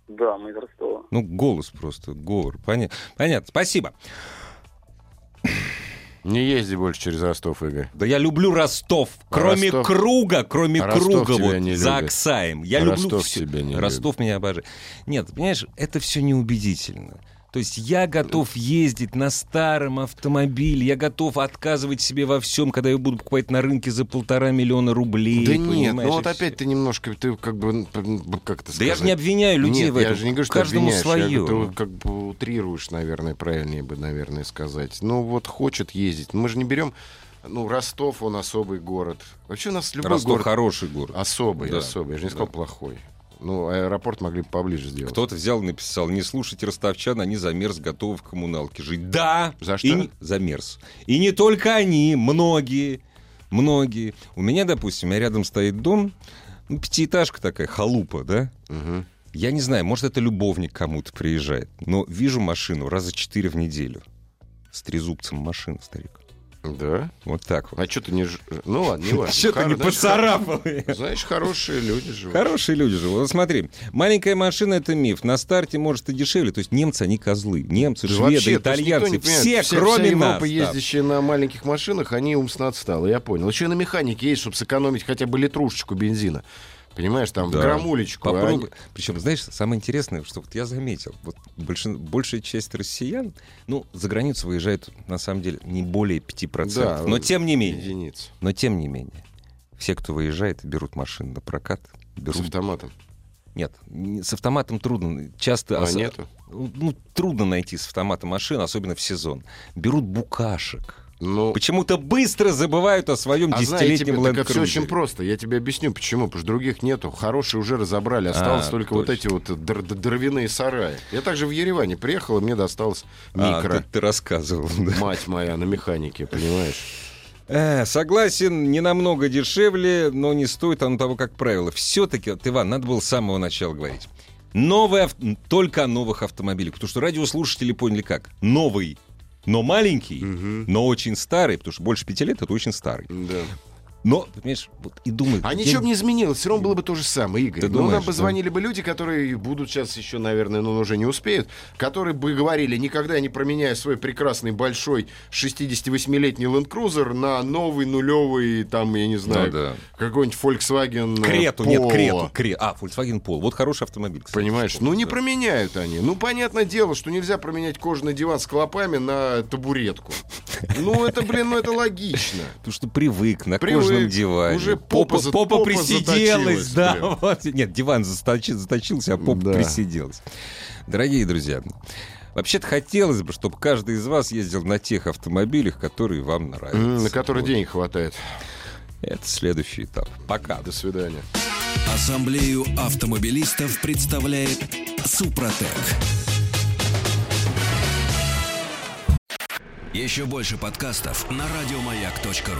[SPEAKER 10] Да, мы из Ростова.
[SPEAKER 1] Ну, голос просто, говор. Поня- Понятно. Спасибо.
[SPEAKER 2] Не езди больше через Ростов, Игорь.
[SPEAKER 1] Да я люблю Ростов. Кроме
[SPEAKER 2] Ростов- А
[SPEAKER 1] круга, кроме
[SPEAKER 2] Ростов
[SPEAKER 1] круга
[SPEAKER 2] тебя
[SPEAKER 1] вот
[SPEAKER 2] не
[SPEAKER 1] за
[SPEAKER 2] любит.
[SPEAKER 1] Оксаем. Я люблю
[SPEAKER 2] Ростов
[SPEAKER 1] все.
[SPEAKER 2] тебя не
[SPEAKER 1] Ростов меня обожает. Нет, понимаешь, это все неубедительно. То есть я готов ездить на старом автомобиле, я готов отказывать себе во всем, когда я его буду покупать на рынке за полтора миллиона рублей.
[SPEAKER 2] да нет, ну
[SPEAKER 1] понимаешь,
[SPEAKER 2] вот
[SPEAKER 1] и
[SPEAKER 2] опять ты немножко, ты как бы, м, м, как это
[SPEAKER 1] всё. Да я же
[SPEAKER 2] сказать?
[SPEAKER 1] не обвиняю людей
[SPEAKER 2] Нет,
[SPEAKER 1] в этом.
[SPEAKER 2] я же не говорю, что
[SPEAKER 1] Каждому ну.
[SPEAKER 2] обвиняешь, я
[SPEAKER 1] свое.
[SPEAKER 2] говорю, ты как бы утрируешь, наверное, правильнее бы, наверное, сказать. Ну вот хочет ездить. Мы же не берем, ну Ростов, он особый город. Вообще у нас любой
[SPEAKER 1] Ростов
[SPEAKER 2] город А
[SPEAKER 1] хороший город.
[SPEAKER 2] особый,
[SPEAKER 1] Да.
[SPEAKER 2] особый. Я же не сказал плохой. Ну аэропорт могли бы поближе сделать.
[SPEAKER 1] Кто-то взял и написал, не слушайте ростовчан, они замерз, готовы в коммуналке жить. Да!
[SPEAKER 2] За
[SPEAKER 1] и
[SPEAKER 2] что?
[SPEAKER 1] не- Замерз. И не только они, многие, многие. У меня, допустим, у меня рядом стоит дом, ну, пятиэтажка такая, халупа, да?
[SPEAKER 2] Мгм.
[SPEAKER 1] Я не знаю, может, это любовник кому-то приезжает, но вижу машину раза четыре в неделю. С трезубцем машина, старик.
[SPEAKER 2] Да.
[SPEAKER 1] Вот так вот.
[SPEAKER 2] А что ты не, ж- ну ладно, не важно.
[SPEAKER 1] А Чё ты
[SPEAKER 2] Хоро-
[SPEAKER 1] не
[SPEAKER 2] знаешь,
[SPEAKER 1] поцарапал?
[SPEAKER 2] хоро- Знаешь, хорошие люди живут.
[SPEAKER 1] Хорошие люди же. Вот смотри, маленькая машина это миф. На старте может и дешевле. То есть немцы они козлы. Немцы,
[SPEAKER 2] Да
[SPEAKER 1] шведы,
[SPEAKER 2] вообще, то есть никто
[SPEAKER 1] итальянцы,
[SPEAKER 2] не понимает.
[SPEAKER 1] все,
[SPEAKER 2] Вся-
[SPEAKER 1] кроме
[SPEAKER 2] вся Европа,
[SPEAKER 1] нас. да.
[SPEAKER 2] ездящая на маленьких машинах, они умсно отстала, я понял. Еще и на механике есть, чтобы сэкономить хотя бы литрушечку бензина. Понимаешь, там
[SPEAKER 1] Да.
[SPEAKER 2] грамулечку. а
[SPEAKER 1] Попробуй.
[SPEAKER 2] они-
[SPEAKER 1] Причем, знаешь, самое интересное, что вот я заметил, вот большин- большая часть россиян, ну, за границу выезжают, на самом деле, не более 5%.
[SPEAKER 2] Да, э,
[SPEAKER 1] но тем не менее,
[SPEAKER 2] Единиц.
[SPEAKER 1] но тем не менее, все, кто выезжает, берут машины на прокат,
[SPEAKER 2] С
[SPEAKER 1] берут...
[SPEAKER 2] автоматом.
[SPEAKER 1] Нет, не- с автоматом трудно, часто...
[SPEAKER 2] А
[SPEAKER 1] ос-
[SPEAKER 2] нету?
[SPEAKER 1] ну, трудно найти с автомата машин, особенно в сезон. Берут букашек.
[SPEAKER 2] Ну,
[SPEAKER 1] Почему-то быстро забывают о своем
[SPEAKER 2] а знаете,
[SPEAKER 1] десятилетнем
[SPEAKER 2] тебе,
[SPEAKER 1] Land
[SPEAKER 2] так все
[SPEAKER 1] Cruiser.
[SPEAKER 2] очень просто. Я тебе объясню, почему. Потому что других нету. Хорошие уже разобрали. Осталось
[SPEAKER 1] А,
[SPEAKER 2] только вот
[SPEAKER 1] точно.
[SPEAKER 2] эти вот др- др- дровяные сараи. Я также в Ереване приехал, и мне досталось
[SPEAKER 1] А,
[SPEAKER 2] микро.
[SPEAKER 1] ты, ты рассказывал. да.
[SPEAKER 2] Мать моя, на механике, понимаешь?
[SPEAKER 1] Э, согласен, не намного дешевле, но не стоит оно того, как правило. Все-таки, вот, Иван, надо было с самого начала говорить. Новые, ав- только о новых автомобилях. Потому что радиослушатели поняли как. Новый, но маленький, но очень старый. Потому что больше пяти лет это очень старый.
[SPEAKER 2] Да.
[SPEAKER 1] Но, понимаешь, вот и думают.
[SPEAKER 2] А
[SPEAKER 1] я
[SPEAKER 2] ничего бы не изменилось, все равно было бы то же самое, Игорь.
[SPEAKER 1] Ты
[SPEAKER 2] Ну,
[SPEAKER 1] думаешь,
[SPEAKER 2] нам бы
[SPEAKER 1] да?
[SPEAKER 2] звонили бы люди, которые будут сейчас еще, наверное, но уже не успеют, которые бы говорили, никогда не променяя свой прекрасный большой 68-летний Land Cruiser на новый нулевый, там, я не знаю,
[SPEAKER 1] Ну да.
[SPEAKER 2] какой-нибудь Volkswagen э,
[SPEAKER 1] Крету, нет,
[SPEAKER 2] Polo.
[SPEAKER 1] Крету. Кре... А, Volkswagen Polo. Вот хороший автомобиль, кстати.
[SPEAKER 2] Понимаешь, ну не променяют они. Ну, понятное дело, что нельзя променять кожаный диван с клопами на табуретку. Ну, это, блин, ну это логично.
[SPEAKER 1] Потому что привык на
[SPEAKER 2] Привык,
[SPEAKER 1] кожаном диване.
[SPEAKER 2] уже попа
[SPEAKER 1] попа,
[SPEAKER 2] за-
[SPEAKER 1] попа
[SPEAKER 2] попа
[SPEAKER 1] присиделась,
[SPEAKER 2] заточилась
[SPEAKER 1] да.
[SPEAKER 2] прям.
[SPEAKER 1] вот. Нет, диван засточи- заточился, а попа
[SPEAKER 2] Да.
[SPEAKER 1] присиделась. Дорогие друзья, вообще-то хотелось бы, чтобы каждый из вас ездил на тех автомобилях, которые вам нравятся.
[SPEAKER 2] М, На который
[SPEAKER 1] Вот.
[SPEAKER 2] денег хватает.
[SPEAKER 1] Это следующий этап. Пока.
[SPEAKER 2] До свидания.
[SPEAKER 9] Ассамблею автомобилистов представляет Супротек. Еще больше подкастов на радиомаяк.ру.